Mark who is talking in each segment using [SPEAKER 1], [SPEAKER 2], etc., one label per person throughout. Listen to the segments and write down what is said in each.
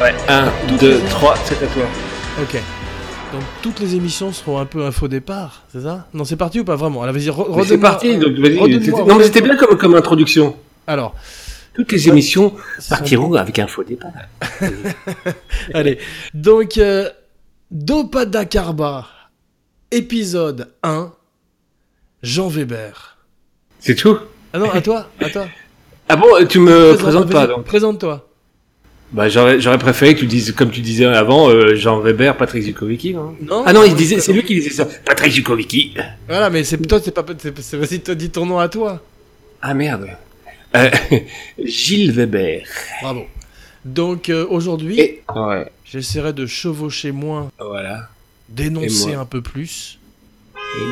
[SPEAKER 1] Ouais.
[SPEAKER 2] 1,
[SPEAKER 1] Toutes
[SPEAKER 2] 2,
[SPEAKER 1] les-
[SPEAKER 2] 3, c'est à toi.
[SPEAKER 3] Ok. Donc toutes les émissions seront un peu un faux départ, c'est ça Non, c'est parti ou pas vraiment Alors vas-y, re-
[SPEAKER 2] Mais C'est
[SPEAKER 3] redonne-moi-
[SPEAKER 2] parti, donc vas-y.
[SPEAKER 3] redonne-moi-
[SPEAKER 2] c'était- Non, mais c'était bien comme, comme introduction.
[SPEAKER 3] Alors,
[SPEAKER 2] Toutes les émissions
[SPEAKER 3] ce sont-
[SPEAKER 2] partiront avec un faux départ.
[SPEAKER 3] Allez, donc euh, Dopada Karba, épisode 1, Jean Weber.
[SPEAKER 2] C'est tout
[SPEAKER 3] Ah non, à toi, à toi.
[SPEAKER 2] Ah bon, tu me
[SPEAKER 3] Présente-
[SPEAKER 2] présentes pas
[SPEAKER 3] vas-y,
[SPEAKER 2] donc
[SPEAKER 3] Présente-toi.
[SPEAKER 2] Bah, j'aurais j'aurais préféré que tu dises, comme tu disais avant, euh, Jean Weber, Patrick Zukovicki. hein.
[SPEAKER 3] Non
[SPEAKER 2] Ah non, il disait, c'est lui qui disait ça. Patrick Zukovicki.
[SPEAKER 3] Voilà, mais c'est toi, c'est pas. c'est- c'est- Vas-y, toi, dis ton nom à toi.
[SPEAKER 2] Ah merde. Euh, Gilles Weber.
[SPEAKER 3] Bravo. Donc euh, aujourd'hui,
[SPEAKER 2] Et... Ouais.
[SPEAKER 3] j'essaierai de chevaucher moins,
[SPEAKER 2] Voilà.
[SPEAKER 3] dénoncer
[SPEAKER 2] Et moi.
[SPEAKER 3] un peu plus.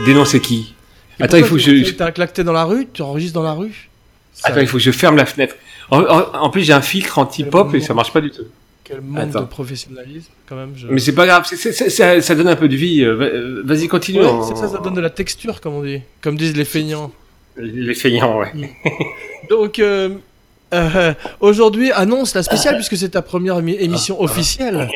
[SPEAKER 2] Dénoncer qui
[SPEAKER 3] Et
[SPEAKER 2] Attends, il faut
[SPEAKER 3] pourquoi
[SPEAKER 2] que je...
[SPEAKER 3] tu- T'as claqué dans la rue Tu enregistres dans la rue Ça-
[SPEAKER 2] Attends, il faut que je ferme la fenêtre. En, en- en plus, j'ai un filtre anti-pop et ça marche pas du tout.
[SPEAKER 3] Quel manque
[SPEAKER 2] Attends.
[SPEAKER 3] de professionnalisme, quand même. je-
[SPEAKER 2] Mais c'est pas grave, c'est- c'est- c'est- ça, ça donne un peu de vie. euh, va- euh, Vas-y, continue.
[SPEAKER 3] Ouais,
[SPEAKER 2] on-
[SPEAKER 3] c'est ça, ça donne de la texture, comme on dit. Comme disent les feignants.
[SPEAKER 2] Les feignants, ouais.
[SPEAKER 3] Donc, euh, euh, aujourd'hui, annonce la spéciale, puisque c'est ta première émi- émission officielle.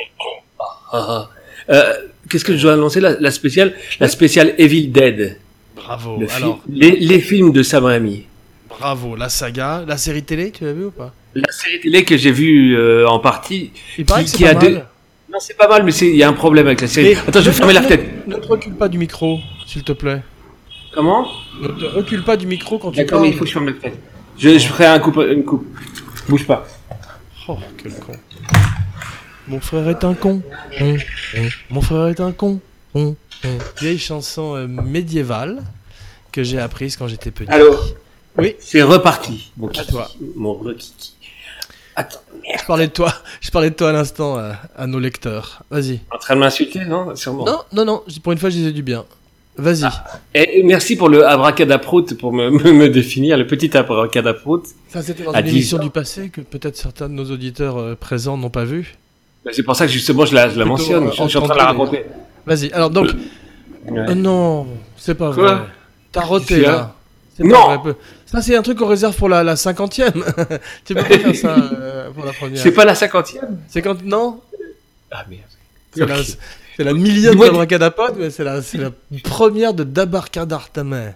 [SPEAKER 2] Ah, ah. Euh, Qu'est-ce que je dois annoncer la, la spéciale La spéciale Evil Dead.
[SPEAKER 3] Bravo.
[SPEAKER 2] le fi-
[SPEAKER 3] Alors,
[SPEAKER 2] les, les films de Sam Raimi.
[SPEAKER 3] bravo. La saga, la série télé, tu l'as vu ou pas
[SPEAKER 2] La série télé que j'ai vue euh, en partie.
[SPEAKER 3] Il paraît
[SPEAKER 2] Qui-
[SPEAKER 3] que c'est
[SPEAKER 2] qui
[SPEAKER 3] pas
[SPEAKER 2] a
[SPEAKER 3] mal.
[SPEAKER 2] deux- Non, c'est pas mal, mais c'est- il y a un problème avec la série.
[SPEAKER 3] Mais-
[SPEAKER 2] Attends, je vais
[SPEAKER 3] ne-
[SPEAKER 2] fermer la
[SPEAKER 3] ne-
[SPEAKER 2] fenêtre.
[SPEAKER 3] Ne te recule pas du micro, s'il te plaît.
[SPEAKER 2] Comment
[SPEAKER 3] Ne te recule pas du micro quand tu
[SPEAKER 2] D'accord,
[SPEAKER 3] parles.
[SPEAKER 2] mais il faut que je ferme la fenêtre. Je, je ferai un coupe, une coupe. Bouge pas.
[SPEAKER 3] Oh, quel con. Mon frère est un con. Hum, hum. Mon frère est un con. Hum, hum. Vieille chanson euh, médiévale que j'ai apprise quand j'étais petit.
[SPEAKER 2] Allô
[SPEAKER 3] Oui.
[SPEAKER 2] C'est reparti. Mon
[SPEAKER 3] À
[SPEAKER 2] kiki.
[SPEAKER 3] toi.
[SPEAKER 2] Mon re-kiki. Attends, merde.
[SPEAKER 3] Je parlais de toi, je parlais de toi à l'instant euh, à nos lecteurs. Vas-y.
[SPEAKER 2] En train de m'insulter, non Sûrement.
[SPEAKER 3] Non, non, non, j- pour une fois, je disais du bien. Vas-y.
[SPEAKER 2] Et et merci pour le abracadaprout pour me, me, me définir, le petit abracadaprout.
[SPEAKER 3] Ça, c'était dans
[SPEAKER 2] À
[SPEAKER 3] une émission
[SPEAKER 2] 10.
[SPEAKER 3] du passé que peut-être certains de nos auditeurs euh, présents n'ont pas vu.
[SPEAKER 2] Bah, C'est pour ça que justement je la, je la
[SPEAKER 3] Plutôt,
[SPEAKER 2] mentionne,
[SPEAKER 3] euh,
[SPEAKER 2] je, je suis en train de la raconter.
[SPEAKER 3] Vas-y. Alors, donc,
[SPEAKER 2] Ouais.
[SPEAKER 3] euh, non, c'est pas
[SPEAKER 2] Quoi
[SPEAKER 3] vrai. T'as roté,
[SPEAKER 2] Qu'est-ce qu'il y a
[SPEAKER 3] là. C'est
[SPEAKER 2] Non
[SPEAKER 3] pas vrai. Ça, c'est un truc qu'on réserve pour la, la cinquantième. tu peux pas faire ça euh, pour la première.
[SPEAKER 2] C'est pas la cinquantième
[SPEAKER 3] Cinquante- non
[SPEAKER 2] Ah merde.
[SPEAKER 3] C'est la,
[SPEAKER 2] Ok.
[SPEAKER 3] c'est la millième
[SPEAKER 2] Dis-moi-
[SPEAKER 3] d'Abracadapod, mais c'est la, c'est la première de Dabarkadartamin.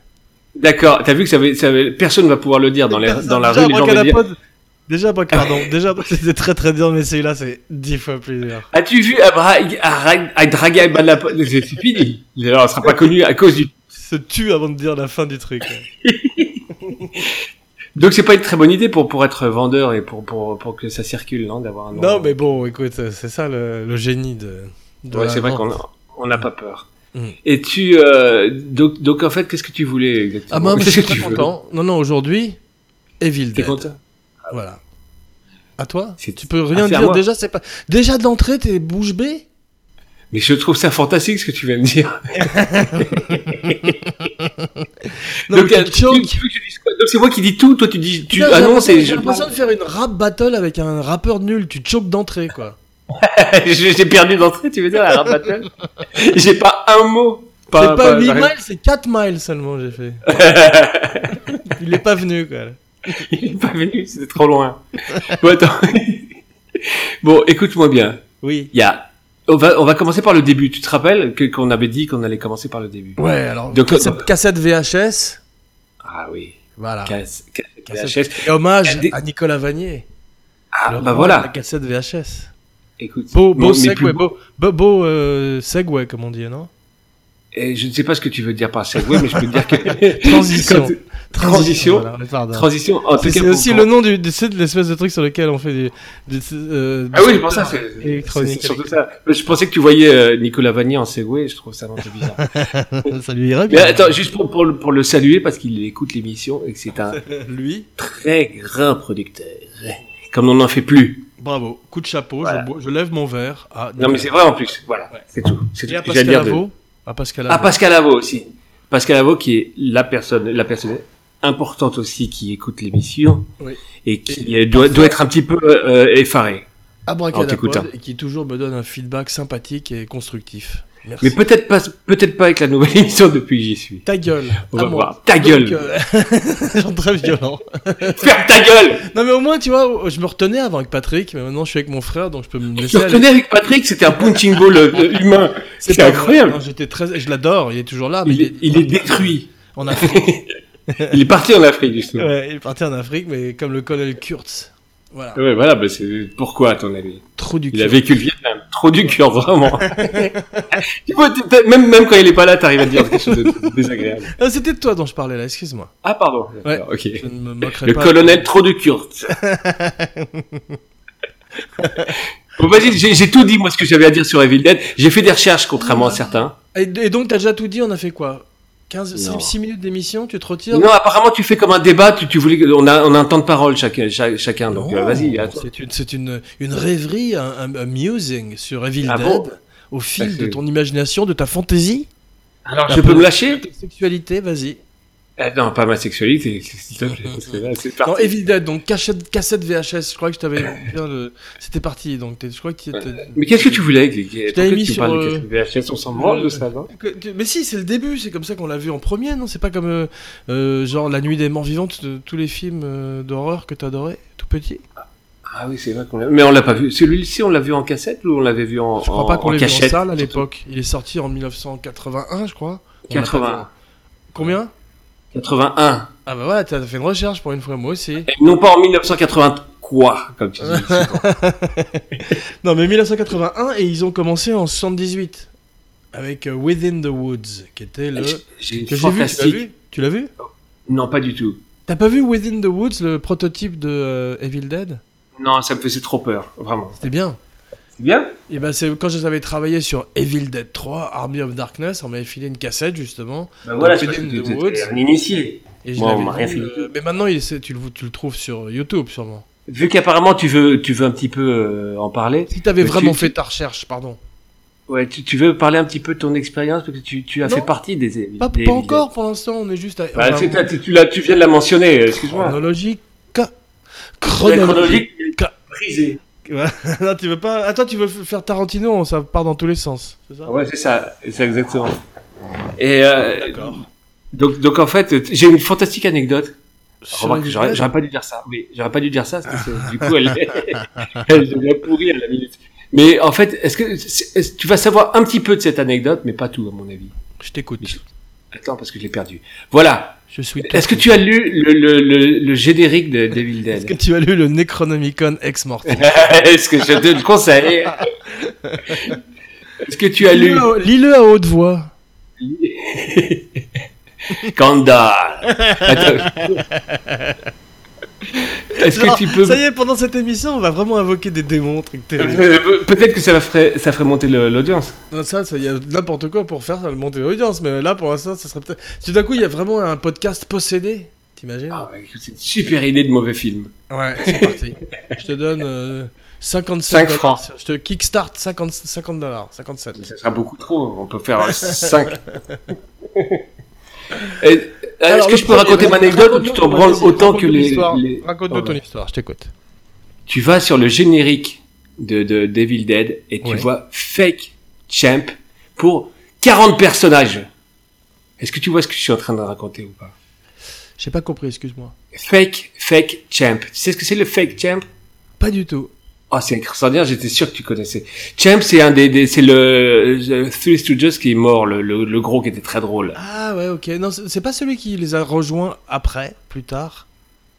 [SPEAKER 2] D'accord, t'as vu que ça avait, ça avait- personne va pouvoir le dire dans, les,
[SPEAKER 3] Personne-
[SPEAKER 2] dans la
[SPEAKER 3] déjà,
[SPEAKER 2] rue, les gens vont dire.
[SPEAKER 3] Abracadapod- Déjà, Abrac- pardon, déjà, c'était très très bien, mais celui-là, c'est dix fois plus dur.
[SPEAKER 2] As-tu vu Abra- Abra- Adraga et Balap- C'est c'est fini. Alors, on sera pas connu à cause du.
[SPEAKER 3] Se tue avant de dire la fin du truc. ouais.
[SPEAKER 2] Donc c'est pas une très bonne idée pour pour être vendeur et pour pour pour que ça circule, Ah non, d'avoir un. nom.
[SPEAKER 3] Non, mais bon, écoute, euh, c'est ça le, le génie de. de
[SPEAKER 2] Ouais,
[SPEAKER 3] la
[SPEAKER 2] c'est vrai
[SPEAKER 3] vente.
[SPEAKER 2] qu'on on n'a pas peur.
[SPEAKER 3] Mm.
[SPEAKER 2] Et tu euh, donc donc en fait qu'est-ce que tu voulais exactement
[SPEAKER 3] Ah, moi, je
[SPEAKER 2] Qu'est-ce
[SPEAKER 3] suis
[SPEAKER 2] que
[SPEAKER 3] très
[SPEAKER 2] tu veux
[SPEAKER 3] content. Non, non, aujourd'hui, Evil
[SPEAKER 2] T'es
[SPEAKER 3] Dead.
[SPEAKER 2] content
[SPEAKER 3] Voilà. À toi
[SPEAKER 2] C'est-
[SPEAKER 3] Tu peux
[SPEAKER 2] Ah,
[SPEAKER 3] rien
[SPEAKER 2] c'est à
[SPEAKER 3] dire.
[SPEAKER 2] moi.
[SPEAKER 3] Déjà, c'est pas. Déjà d'entrée, t'es bouche bée
[SPEAKER 2] Mais je trouve ça fantastique ce que tu viens de dire.
[SPEAKER 3] Non,
[SPEAKER 2] donc
[SPEAKER 3] mais t'as
[SPEAKER 2] t'as- tu-
[SPEAKER 3] choke.
[SPEAKER 2] tu veux que je dise quoi Donc, c'est moi qui dis tout, toi tu dis
[SPEAKER 3] Putain,
[SPEAKER 2] tu
[SPEAKER 3] j'ai
[SPEAKER 2] annonces
[SPEAKER 3] l'impression-
[SPEAKER 2] et
[SPEAKER 3] J'ai
[SPEAKER 2] je
[SPEAKER 3] l'impression de faire une rap battle avec un rappeur nul. Tu chopes d'entrée, quoi.
[SPEAKER 2] Je- j'ai perdu d'entrée, tu veux dire la rap battle J'ai pas un mot.
[SPEAKER 3] C'est pas 8 miles, c'est 4 miles seulement, j'ai fait. Il est pas venu, quoi.
[SPEAKER 2] Il est pas venu, c'était trop loin. Bon attends. bon, écoute-moi bien.
[SPEAKER 3] Oui.
[SPEAKER 2] Il y a on va on va commencer par le début. Tu te rappelles que qu'on avait dit qu'on allait commencer par le début
[SPEAKER 3] Ouais, alors.
[SPEAKER 2] Donc,
[SPEAKER 3] cassette, cassette VHS.
[SPEAKER 2] Ah oui.
[SPEAKER 3] Voilà.
[SPEAKER 2] Casse- casse-
[SPEAKER 3] Cassette.
[SPEAKER 2] VHS.
[SPEAKER 3] Et hommage
[SPEAKER 2] Des-
[SPEAKER 3] à Nicolas Vanier.
[SPEAKER 2] Ah
[SPEAKER 3] le
[SPEAKER 2] bah
[SPEAKER 3] roi de La
[SPEAKER 2] voilà.
[SPEAKER 3] cassette VHS.
[SPEAKER 2] Écoute.
[SPEAKER 3] Beau,
[SPEAKER 2] mon-
[SPEAKER 3] beau
[SPEAKER 2] mes
[SPEAKER 3] segway,
[SPEAKER 2] plus-
[SPEAKER 3] beau, beau, beau euh, segway, comme on dit, non
[SPEAKER 2] Et je ne sais pas ce que tu veux dire par segway, mais je peux te dire que
[SPEAKER 3] Transition.
[SPEAKER 2] Quand- Transition.
[SPEAKER 3] voilà, mais pardon.
[SPEAKER 2] Transition. En tout
[SPEAKER 3] C'est-
[SPEAKER 2] cas,
[SPEAKER 3] C'est
[SPEAKER 2] pour-
[SPEAKER 3] aussi
[SPEAKER 2] pour-
[SPEAKER 3] le nom du, du- c'est de l'espèce de truc sur lequel on fait du. du- euh,
[SPEAKER 2] Ah oui, je pense ça. C'est
[SPEAKER 3] Électronique.
[SPEAKER 2] c'est surtout ça. Je pensais que tu voyais euh, Nicolas Vanier en segway. Je trouve ça un peu bizarre.
[SPEAKER 3] ça lui irait
[SPEAKER 2] mais
[SPEAKER 3] bien.
[SPEAKER 2] attends, juste pour, pour, le- pour le saluer parce qu'il écoute l'émission et que c'est un
[SPEAKER 3] Lui,
[SPEAKER 2] très grand producteur. Comme on n'en fait plus.
[SPEAKER 3] bravo. Coup de chapeau,
[SPEAKER 2] Voilà.
[SPEAKER 3] je, bois- je lève mon verre. à
[SPEAKER 2] Non, mais c'est vrai en plus. Voilà,
[SPEAKER 3] Ouais.
[SPEAKER 2] c'est tout. C'est
[SPEAKER 3] Et à
[SPEAKER 2] tout. J'ai à
[SPEAKER 3] Pascal
[SPEAKER 2] dire de-
[SPEAKER 3] Avaux. À Pascal
[SPEAKER 2] Ah,
[SPEAKER 3] Avaux.
[SPEAKER 2] Pascal Avaux aussi. Pascal Avaux qui est la personne, la personne importante aussi qui écoute l'émission
[SPEAKER 3] Oui.
[SPEAKER 2] et qui euh, doit, doit être un petit peu euh, euh, effarée.
[SPEAKER 3] abracadapod
[SPEAKER 2] t'écoutes, hein.
[SPEAKER 3] et qui toujours me donne un feedback sympathique et constructif. Merci.
[SPEAKER 2] Mais peut-être pas, peut-être pas avec la nouvelle émission depuis que j'y suis.
[SPEAKER 3] Ta gueule.
[SPEAKER 2] On
[SPEAKER 3] à
[SPEAKER 2] va
[SPEAKER 3] moi.
[SPEAKER 2] voir. Ta
[SPEAKER 3] Ah Donc,
[SPEAKER 2] gueule.
[SPEAKER 3] euh, genre très violent.
[SPEAKER 2] Ferme ta gueule.
[SPEAKER 3] Non mais au moins tu vois, je me retenais avant avec Patrick, mais maintenant je suis avec mon frère donc je peux me
[SPEAKER 2] Je
[SPEAKER 3] laisser aller.
[SPEAKER 2] retenais avec Patrick, c'était un punching ball euh, de- humain. C'est
[SPEAKER 3] pas-
[SPEAKER 2] incroyable.
[SPEAKER 3] non, J'étais très, je l'adore, il est toujours là. Ah, Mais
[SPEAKER 2] Il est, il est détruit.
[SPEAKER 3] en Afrique.
[SPEAKER 2] Il est parti en Afrique, justement.
[SPEAKER 3] Ouais, il est parti en Afrique, mais comme le colonel Kurtz. Voilà.
[SPEAKER 2] Ouais, voilà, bah c'est pourquoi, à ton avis
[SPEAKER 3] Trop du
[SPEAKER 2] Il a
[SPEAKER 3] Kurtz.
[SPEAKER 2] vécu le Vietnam, trop du cœur, vraiment. Tu vois, tu- t'as- même, même quand il est pas là, t'arrives à dire quelque chose de désagréable.
[SPEAKER 3] Ah, C'était de toi dont je parlais là, excuse-moi.
[SPEAKER 2] Ah, pardon. D'accord, ok.
[SPEAKER 3] Je ne me moquerai
[SPEAKER 2] Le
[SPEAKER 3] pas.
[SPEAKER 2] colonel trop de Kurtz. bon, vas-y, j'ai j'ai tout dit, moi, ce que j'avais à dire sur Evil Dead. J'ai fait des recherches, contrairement à certains.
[SPEAKER 3] Et, et donc t'as déjà tout dit, on a fait quoi 15,
[SPEAKER 2] Non.
[SPEAKER 3] 6 minutes d'émission, tu te retires
[SPEAKER 2] Non, apparemment, tu fais comme un débat, tu, tu voulais, on a, on a un temps de parole chacun, cha- chacun donc,
[SPEAKER 3] Non,
[SPEAKER 2] euh, vas-y, à toi.
[SPEAKER 3] C'est une, c'est une, une rêverie, un, un- un musing sur Evil
[SPEAKER 2] Ah
[SPEAKER 3] Dead,
[SPEAKER 2] bon
[SPEAKER 3] au fil
[SPEAKER 2] Parce
[SPEAKER 3] de
[SPEAKER 2] que-
[SPEAKER 3] ton imagination, de ta fantaisie,
[SPEAKER 2] Alors,
[SPEAKER 3] La
[SPEAKER 2] je peux
[SPEAKER 3] pause.
[SPEAKER 2] me lâcher?
[SPEAKER 3] de ta sexualité, vas-y.
[SPEAKER 2] Eh, non, pas ma sexualité, s'il te plaît, parce que là, c'est parti.
[SPEAKER 3] Non, Evil Dead, donc cachette- cassette VHS, je crois que je t'avais bien le... C'était parti, donc t'es- je crois que t'es- t'es-
[SPEAKER 2] Mais qu'est-ce que tu voulais avec les
[SPEAKER 3] t'avais
[SPEAKER 2] Pourquoi
[SPEAKER 3] mis
[SPEAKER 2] tu
[SPEAKER 3] sur,
[SPEAKER 2] parles
[SPEAKER 3] euh,
[SPEAKER 2] de cassette VHS On s'en branle de ça, non
[SPEAKER 3] Que- tu- Mais si, c'est le début, c'est comme ça qu'on l'a vu en premier, non C'est pas comme euh, euh, genre La Nuit des Morts Vivantes, de- tous les films euh, d'horreur que t'adorais, tout petit
[SPEAKER 2] Ah oui, c'est vrai qu'on l'a Mais on l'a pas vu. Celui-ci, on l'a vu en cassette ou on l'avait vu en
[SPEAKER 3] Je crois
[SPEAKER 2] en-
[SPEAKER 3] pas qu'on
[SPEAKER 2] en
[SPEAKER 3] l'ait vu en
[SPEAKER 2] cachette
[SPEAKER 3] salle à l'époque. Il est sorti en 1981, je crois. On l'a pas
[SPEAKER 2] 81.
[SPEAKER 3] vu. Combien
[SPEAKER 2] 81.
[SPEAKER 3] Ah bah voilà, t'as fait une recherche pour une fois, moi aussi.
[SPEAKER 2] Et non pas en 1980 quoi, comme tu dis.
[SPEAKER 3] Non mais 1981, et ils ont commencé en 78, avec euh, Within the Woods, qui était le...
[SPEAKER 2] J'ai- J'ai
[SPEAKER 3] que j'ai vu,
[SPEAKER 2] une
[SPEAKER 3] tu l'as
[SPEAKER 2] Ah, fantastique.
[SPEAKER 3] vu Tu l'as vu
[SPEAKER 2] non, pas du tout.
[SPEAKER 3] T'as pas vu Within the Woods, le prototype de euh, Evil Dead
[SPEAKER 2] Non, ça me faisait trop peur, vraiment.
[SPEAKER 3] C'était bien.
[SPEAKER 2] C'est bien
[SPEAKER 3] Et ben c'est quand j'avais travaillé sur Evil Dead 3, Army of Darkness, on m'avait filé une cassette justement.
[SPEAKER 2] Ben voilà,
[SPEAKER 3] Dans
[SPEAKER 2] je
[SPEAKER 3] Within
[SPEAKER 2] suis
[SPEAKER 3] the Woods.
[SPEAKER 2] un initié.
[SPEAKER 3] Et je
[SPEAKER 2] Moi, on
[SPEAKER 3] l'avais
[SPEAKER 2] m'a rien
[SPEAKER 3] vu,
[SPEAKER 2] filé du
[SPEAKER 3] euh, mais maintenant il, c'est- tu, le, tu le trouves sur YouTube sûrement.
[SPEAKER 2] Vu qu'apparemment tu veux, tu veux un petit peu euh, en parler.
[SPEAKER 3] Si t'avais
[SPEAKER 2] Mais tu-
[SPEAKER 3] vraiment
[SPEAKER 2] tu-
[SPEAKER 3] fait ta recherche, pardon.
[SPEAKER 2] Ouais, tu, tu veux parler un petit peu de ton expérience parce que tu, tu as
[SPEAKER 3] Non.
[SPEAKER 2] fait partie des.
[SPEAKER 3] Pas,
[SPEAKER 2] des-
[SPEAKER 3] pas encore pour l'instant, on est juste à...
[SPEAKER 2] Bah,
[SPEAKER 3] on a-
[SPEAKER 2] c'est- t'as- tu, tu l'as- tu viens de la mentionner. euh,
[SPEAKER 3] Ah,
[SPEAKER 2] Excuse-moi.
[SPEAKER 3] chronologique.
[SPEAKER 2] La
[SPEAKER 3] Chronologique.
[SPEAKER 2] chronologie est brisée.
[SPEAKER 3] non, tu veux pas. Attends, tu veux f- faire Tarantino, ça part dans tous les sens. C'est ça
[SPEAKER 2] Ah Ouais, c'est ça, c'est exactement. Et euh,
[SPEAKER 3] D'accord.
[SPEAKER 2] donc, donc en fait, t- j'ai une fantastique anecdote.
[SPEAKER 3] Sur
[SPEAKER 2] Remarque,
[SPEAKER 3] les
[SPEAKER 2] j'aurais
[SPEAKER 3] images,
[SPEAKER 2] j'aurais pas dû dire ça. Oui, j'aurais pas dû dire ça. parce que c'est- du coup, elle, elle devient pourrie à la minute. Mais en fait, est-ce que c'est- est-ce- tu vas savoir un petit peu de cette anecdote, mais pas tout à mon avis.
[SPEAKER 3] Je t'écoute.
[SPEAKER 2] Mais je- Attends, parce que je l'ai perdu. Voilà.
[SPEAKER 3] Je suis.
[SPEAKER 2] Est-ce que tu as lu le, le, le, le générique de Devil
[SPEAKER 3] Est-ce que
[SPEAKER 2] Dead
[SPEAKER 3] tu as lu le Necronomicon ex mortem
[SPEAKER 2] Est-ce que je te le conseille Est-ce que tu as lu
[SPEAKER 3] Lis-le à- Lis-le à haute voix.
[SPEAKER 2] Kanda. Est-ce que
[SPEAKER 3] Genre,
[SPEAKER 2] tu peux
[SPEAKER 3] Ça y est, pendant cette émission, on va vraiment invoquer des démons, truc terrible.
[SPEAKER 2] Euh, Peut-être que ça ferait ça ferait monter le- l'audience.
[SPEAKER 3] Non, ça, ça, il y a n'importe quoi pour faire monter l'audience, mais là, pour l'instant, ça serait peut-être. Tout d'un coup, il y a vraiment un podcast possédé. T'imagines
[SPEAKER 2] Ah, bah, écoute, c'est une super idée de mauvais film.
[SPEAKER 3] Ouais, c'est parti. Je te donne euh, 57
[SPEAKER 2] Cinq
[SPEAKER 3] dollars.
[SPEAKER 2] francs.
[SPEAKER 3] Je te kickstart 50 50 dollars, 57.
[SPEAKER 2] Ça sera beaucoup trop. On peut faire 5 Est-ce
[SPEAKER 3] Alors,
[SPEAKER 2] que
[SPEAKER 3] le
[SPEAKER 2] je peux
[SPEAKER 3] premier,
[SPEAKER 2] raconter
[SPEAKER 3] vas-y,
[SPEAKER 2] mon anecdote ou tu
[SPEAKER 3] raconte-nous,
[SPEAKER 2] t'en branles
[SPEAKER 3] vas-y,
[SPEAKER 2] autant que
[SPEAKER 3] raconte-nous
[SPEAKER 2] les,
[SPEAKER 3] l'histoire.
[SPEAKER 2] les-
[SPEAKER 3] Raconte-nous
[SPEAKER 2] Ouais.
[SPEAKER 3] ton histoire, je t'écoute.
[SPEAKER 2] Tu vas sur le générique de, de Devil Dead et tu
[SPEAKER 3] Ouais.
[SPEAKER 2] vois Fake Champ pour 40 personnages. Est-ce que tu vois ce que je suis en train de raconter ou pas
[SPEAKER 3] J'ai pas compris, excuse-moi.
[SPEAKER 2] Fake, fake champ. Tu sais ce que c'est le fake champ
[SPEAKER 3] Pas du tout.
[SPEAKER 2] Oh, c'est extraordinaire, j'étais sûr que tu connaissais. Champ, c'est un des, des- c'est le, le Three Stooges qui est mort, le, le, le gros qui était très drôle.
[SPEAKER 3] Ah ouais, ok. Non, c'est c'est pas celui qui les a rejoints après, plus tard.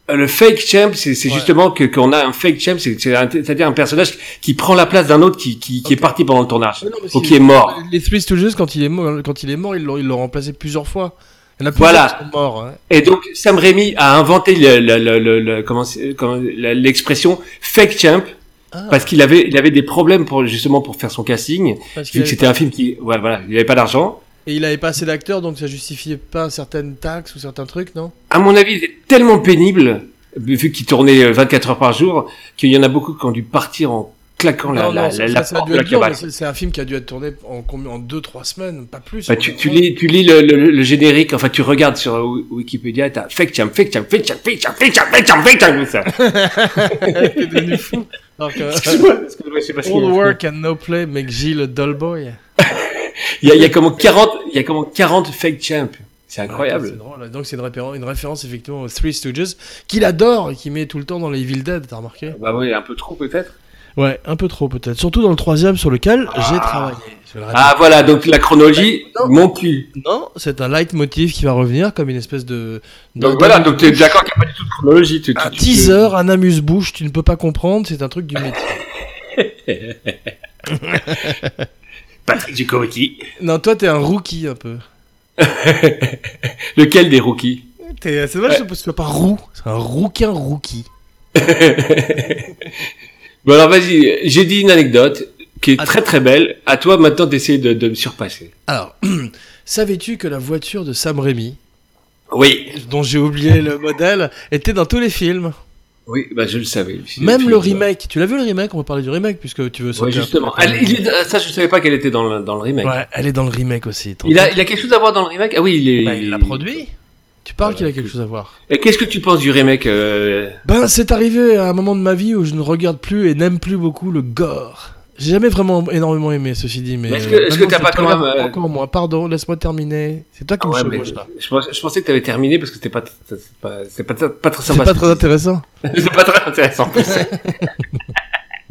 [SPEAKER 2] Euh, Le fake champ, c'est c'est
[SPEAKER 3] Ouais.
[SPEAKER 2] justement que qu'on a un fake champ, c'est- c'est un- c'est-à-dire un personnage qui prend la place d'un autre qui, qui, qui
[SPEAKER 3] Ok.
[SPEAKER 2] est parti pendant le tournage
[SPEAKER 3] Ouais, non, parce
[SPEAKER 2] ou
[SPEAKER 3] qu'il-
[SPEAKER 2] qui est mort.
[SPEAKER 3] Les Three Stooges, quand il est mort, quand il est mort, ils l'ont ils l'ont remplacé plusieurs fois. Il y en a plusieurs
[SPEAKER 2] Voilà.
[SPEAKER 3] qui sont morts. hein.
[SPEAKER 2] Et donc Sam Raimi a inventé le, le, le, le- le- comment c'est- comment- la- l'expression fake champ
[SPEAKER 3] Ah,
[SPEAKER 2] parce qu'il avait il avait des problèmes pour justement pour faire son casting.
[SPEAKER 3] parce qu'il
[SPEAKER 2] Vu que
[SPEAKER 3] avait
[SPEAKER 2] c'était un film qui ouais, voilà, il avait pas d'argent.
[SPEAKER 3] pas- Et il avait pas assez d'acteurs, donc ça justifiait pas certaines taxes ou certains trucs, non
[SPEAKER 2] à mon avis, il est tellement pénible, vu qu'il tournait euh, 24 heures par jour, qu'il y en a beaucoup qui ont dû partir en claquant la,
[SPEAKER 3] Non,
[SPEAKER 2] la,
[SPEAKER 3] non,
[SPEAKER 2] la,
[SPEAKER 3] ça- ça,
[SPEAKER 2] la
[SPEAKER 3] ça a
[SPEAKER 2] porte
[SPEAKER 3] dû
[SPEAKER 2] de la
[SPEAKER 3] être dur,
[SPEAKER 2] cabane.
[SPEAKER 3] mais C'est c'est un film qui a dû être tourné en combien en deux trois semaines, pas plus. hein.
[SPEAKER 2] Bah, tu, tu lis, tu lis le, le, le générique, enfin tu regardes sur euh, Wi- Wikipédia, t'as fake champ, fake champ, fake champ, fake champ, fake champ, fake champ, fake champ, comme ça.
[SPEAKER 3] T'es devenu fou. Donc, euh,
[SPEAKER 2] Excuse-moi, excuse-moi, je sais pas ce qu'il y
[SPEAKER 3] All
[SPEAKER 2] a.
[SPEAKER 3] work and no play make Gilles le dull boy.
[SPEAKER 2] Il y a, il y a comme 40, il y a comme 40 fake champs. C'est
[SPEAKER 3] C'est
[SPEAKER 2] incroyable.
[SPEAKER 3] drôle. Donc c'est une, référen- une référence effectivement aux Three Stooges qu'il adore et qu'il met tout le temps dans les Evil Dead, t'as remarqué
[SPEAKER 2] bah oui, un peu trop peut-être.
[SPEAKER 3] Ouais, un peu trop peut-être. Surtout dans le troisième sur lequel j'ai travaillé. Je le répète.
[SPEAKER 2] Ah voilà, donc la chronologie,
[SPEAKER 3] Non.
[SPEAKER 2] mon cul.
[SPEAKER 3] Non, c'est un leitmotiv qui va revenir comme une espèce de...
[SPEAKER 2] Donc
[SPEAKER 3] de-
[SPEAKER 2] voilà, donc t'es d'accord qu'il n'y a pas du tout de chronologie. Tu, tu-
[SPEAKER 3] Un
[SPEAKER 2] tu-
[SPEAKER 3] teaser, un amuse-bouche, tu ne peux pas comprendre, c'est un truc du métier.
[SPEAKER 2] Patrick Duchovny.
[SPEAKER 3] Non, toi t'es un rookie un peu.
[SPEAKER 2] Lequel des rookies
[SPEAKER 3] T'es- C'est dommage parce que tu pas roux, c'est un rouquin rookie.
[SPEAKER 2] Bon alors vas-y, j'ai dit une anecdote qui est
[SPEAKER 3] Attends.
[SPEAKER 2] très très belle. À toi maintenant d'essayer de, de me surpasser.
[SPEAKER 3] Alors, savais-tu que la voiture de Sam Raimi,
[SPEAKER 2] Oui,
[SPEAKER 3] dont j'ai oublié le modèle, était dans tous les films
[SPEAKER 2] oui, bah je le savais.
[SPEAKER 3] Même le remake. Tu l'as vu le remake On va parler du remake puisque tu veux
[SPEAKER 2] Ouais,
[SPEAKER 3] sauter un peu
[SPEAKER 2] justement.
[SPEAKER 3] la
[SPEAKER 2] Elle,
[SPEAKER 3] polémique.
[SPEAKER 2] il est- ah, ça, je savais pas qu'elle était dans le, dans le remake.
[SPEAKER 3] Ouais, elle est dans le remake aussi. tant
[SPEAKER 2] Il a,
[SPEAKER 3] pis.
[SPEAKER 2] il a quelque chose à voir dans le remake Ah oui, il est.
[SPEAKER 3] Bah, il l'a produit. Tu parles
[SPEAKER 2] Voilà.
[SPEAKER 3] qu'il a quelque chose à voir.
[SPEAKER 2] Et qu'est-ce que tu penses du remake euh,
[SPEAKER 3] Ben, c'est arrivé à un moment de ma vie où je ne regarde plus et n'aime plus beaucoup le gore. J'ai jamais vraiment énormément aimé, ceci dit, mais.
[SPEAKER 2] Mais est-ce que- est-ce que
[SPEAKER 3] maintenant,
[SPEAKER 2] t'as
[SPEAKER 3] je
[SPEAKER 2] pas quand
[SPEAKER 3] tolère
[SPEAKER 2] même, euh,
[SPEAKER 3] Encore moins, pardon, laisse-moi terminer. C'est toi qui
[SPEAKER 2] Ah
[SPEAKER 3] me
[SPEAKER 2] ouais, mais
[SPEAKER 3] chevauche,
[SPEAKER 2] je,
[SPEAKER 3] là.
[SPEAKER 2] je pensais- je pensais que tu avais terminé parce que c'était pas, t- t- c'est pas, c'est pas, t- pas très
[SPEAKER 3] C'est
[SPEAKER 2] sympa.
[SPEAKER 3] pas très intéressant.
[SPEAKER 2] C'est pas très intéressant.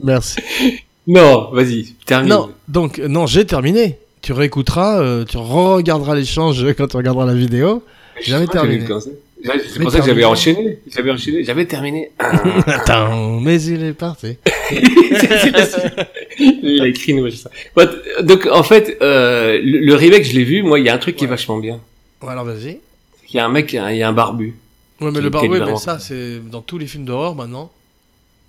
[SPEAKER 3] Merci.
[SPEAKER 2] non, vas-y, termine.
[SPEAKER 3] Non, donc, euh, non, j'ai terminé. Tu réécouteras, euh, tu re-regarderas l'échange quand tu regarderas la vidéo.
[SPEAKER 2] Je
[SPEAKER 3] jamais
[SPEAKER 2] sais pas, j'avais
[SPEAKER 3] terminé.
[SPEAKER 2] commencé. J'avais- C'est
[SPEAKER 3] Jamais
[SPEAKER 2] pour ça que j'avais
[SPEAKER 3] terminé.
[SPEAKER 2] enchaîné. J'avais enchaîné. J'avais terminé.
[SPEAKER 3] Attends, mais il est parti.
[SPEAKER 2] Il a écrit nous, je sais pas. Bon, t- Donc, en fait, euh, le, le remake, je l'ai vu. Moi, il y a un truc qui est vachement bien.
[SPEAKER 3] Ouais, alors vas-y.
[SPEAKER 2] Il y a un mec, il y a un- il y a un barbu.
[SPEAKER 3] Ouais, mais
[SPEAKER 2] Qui-
[SPEAKER 3] le
[SPEAKER 2] qui
[SPEAKER 3] bar,
[SPEAKER 2] est
[SPEAKER 3] oui, mais
[SPEAKER 2] vraiment-
[SPEAKER 3] ça, c'est dans tous les films d'horreur maintenant.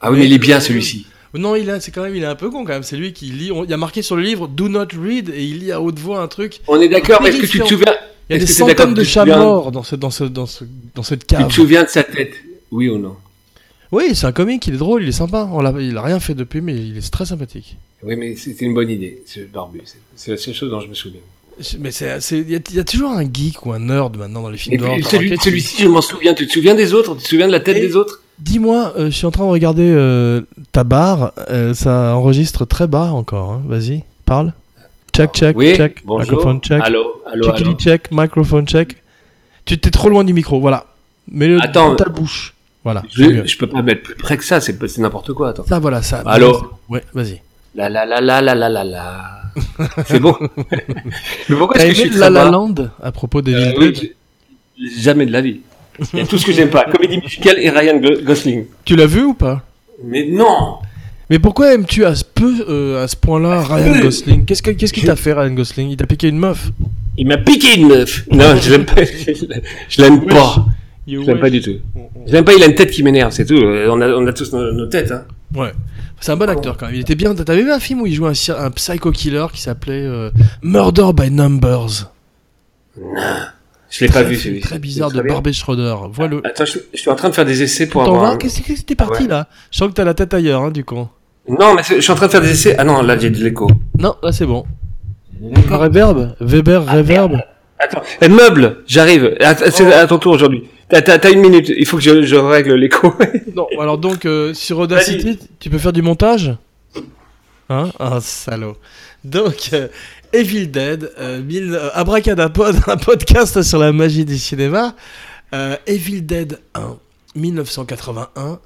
[SPEAKER 2] Ah oui, mais il est bien celui-ci.
[SPEAKER 3] Non, il a, c'est quand même, il est un peu con quand même. C'est lui qui lit. on- il y a marqué sur le livre "Do not read" et il lit à haute voix un truc.
[SPEAKER 2] On est d'accord, mais est-ce que tu te souviens,
[SPEAKER 3] Il y a des
[SPEAKER 2] Est-ce que t'es d'accord
[SPEAKER 3] centaines
[SPEAKER 2] que
[SPEAKER 3] de
[SPEAKER 2] tu te
[SPEAKER 3] chats
[SPEAKER 2] souviens-
[SPEAKER 3] morts dans ce, dans ce, dans ce, dans cette
[SPEAKER 2] tu
[SPEAKER 3] cave.
[SPEAKER 2] te souviens de sa tête? Oui ou non?
[SPEAKER 3] Oui, c'est un comique, il est drôle, il est sympa. On l'a, il a rien fait depuis, mais il est très sympathique.
[SPEAKER 2] Oui, mais c'était une bonne idée, ce barbu. C'est- C'est la seule chose dont je me souviens.
[SPEAKER 3] Je- Mais c'est, c'est- il y, a- il y a toujours un geek ou un nerd maintenant dans les films
[SPEAKER 2] Et
[SPEAKER 3] d'horreur.
[SPEAKER 2] puis,
[SPEAKER 3] T'as
[SPEAKER 2] celui-
[SPEAKER 3] remarqué, tu-
[SPEAKER 2] celui-ci, je m'en souviens. Tu te souviens des autres Tu te souviens de la tête
[SPEAKER 3] Et-
[SPEAKER 2] des autres
[SPEAKER 3] Dis-moi, euh, je suis en train de regarder euh, ta barre. euh, ça enregistre très bas encore. hein. Vas-y, parle. Check, check,
[SPEAKER 2] Ah, Oui.
[SPEAKER 3] check.
[SPEAKER 2] Bonjour.
[SPEAKER 3] Microphone check.
[SPEAKER 2] Allô, allô,
[SPEAKER 3] Check,
[SPEAKER 2] allô.
[SPEAKER 3] check, microphone check. Tu t'es trop loin du micro, voilà. Mets-le
[SPEAKER 2] Attends.
[SPEAKER 3] dans ta bouche. Voilà. c'est mieux.
[SPEAKER 2] Je, je peux pas mettre plus près que ça. C'est c'est n'importe quoi. Attends.
[SPEAKER 3] Ça, voilà, ça.
[SPEAKER 2] Allô
[SPEAKER 3] Ouais, vas-y.
[SPEAKER 2] La la la la la la la la. C'est bon. mais pourquoi
[SPEAKER 3] T'as
[SPEAKER 2] est-ce que je
[SPEAKER 3] aimé La
[SPEAKER 2] suis très
[SPEAKER 3] La
[SPEAKER 2] bas
[SPEAKER 3] Land à propos des
[SPEAKER 2] Euh,
[SPEAKER 3] Evil
[SPEAKER 2] oui,
[SPEAKER 3] Dead
[SPEAKER 2] j'ai- Jamais de la vie. Il y a tout ce que j'aime pas. Comédie musicale et Ryan Go- Gosling.
[SPEAKER 3] Tu l'as vu ou pas
[SPEAKER 2] Mais non
[SPEAKER 3] Mais pourquoi aimes-tu à ce peu, euh, à ce point-là,
[SPEAKER 2] Ah,
[SPEAKER 3] Ryan Gosling Qu'est-ce que- qu'est-ce qu'il t'a fait, Ryan Gosling Il t'a piqué une meuf
[SPEAKER 2] Il m'a piqué une meuf. Non, je l'aime pas. Je l'aime pas. Bah. Je l'aime pas du tout. Je l'aime pas, il a une tête qui m'énerve, c'est tout. Euh, On a, on a tous nos, nos têtes. Hein.
[SPEAKER 3] Ouais. C'est un bon acteur quand même. Il était bien. T'avais vu un film où il jouait un, psy- un psycho killer qui s'appelait euh, Murder by Numbers
[SPEAKER 2] Je l'ai pas vu
[SPEAKER 3] C'est
[SPEAKER 2] celui-ci.
[SPEAKER 3] très bizarre
[SPEAKER 2] C'est
[SPEAKER 3] de
[SPEAKER 2] très bien.
[SPEAKER 3] Barbet Schroeder. Vois-le.
[SPEAKER 2] Attends, je, je suis en train de faire des essais pour
[SPEAKER 3] T'en
[SPEAKER 2] avoir.
[SPEAKER 3] vas
[SPEAKER 2] un-
[SPEAKER 3] Qu'est-ce que c'était parti
[SPEAKER 2] Ouais.
[SPEAKER 3] là Je sens que t'as la tête ailleurs, hein, du con.
[SPEAKER 2] Non, mais c'est- je suis en train de faire des essais. Ah non, là, il y a de l'écho.
[SPEAKER 3] Non, là c'est bon. Reverb Weber, reverb
[SPEAKER 2] Attends, eh, meuble, j'arrive. Att-
[SPEAKER 3] Oh.
[SPEAKER 2] C'est à ton tour aujourd'hui. T'as- T'as t'as une minute, il faut que je, je règle l'écho.
[SPEAKER 3] Non, alors donc euh, sur Audacity, tu peux faire du montage Hein Un salaud. Donc, euh, Evil Dead, euh, mille- euh, Abracadapod, un podcast sur la magie du cinéma. Euh, Evil Dead 1, 1981.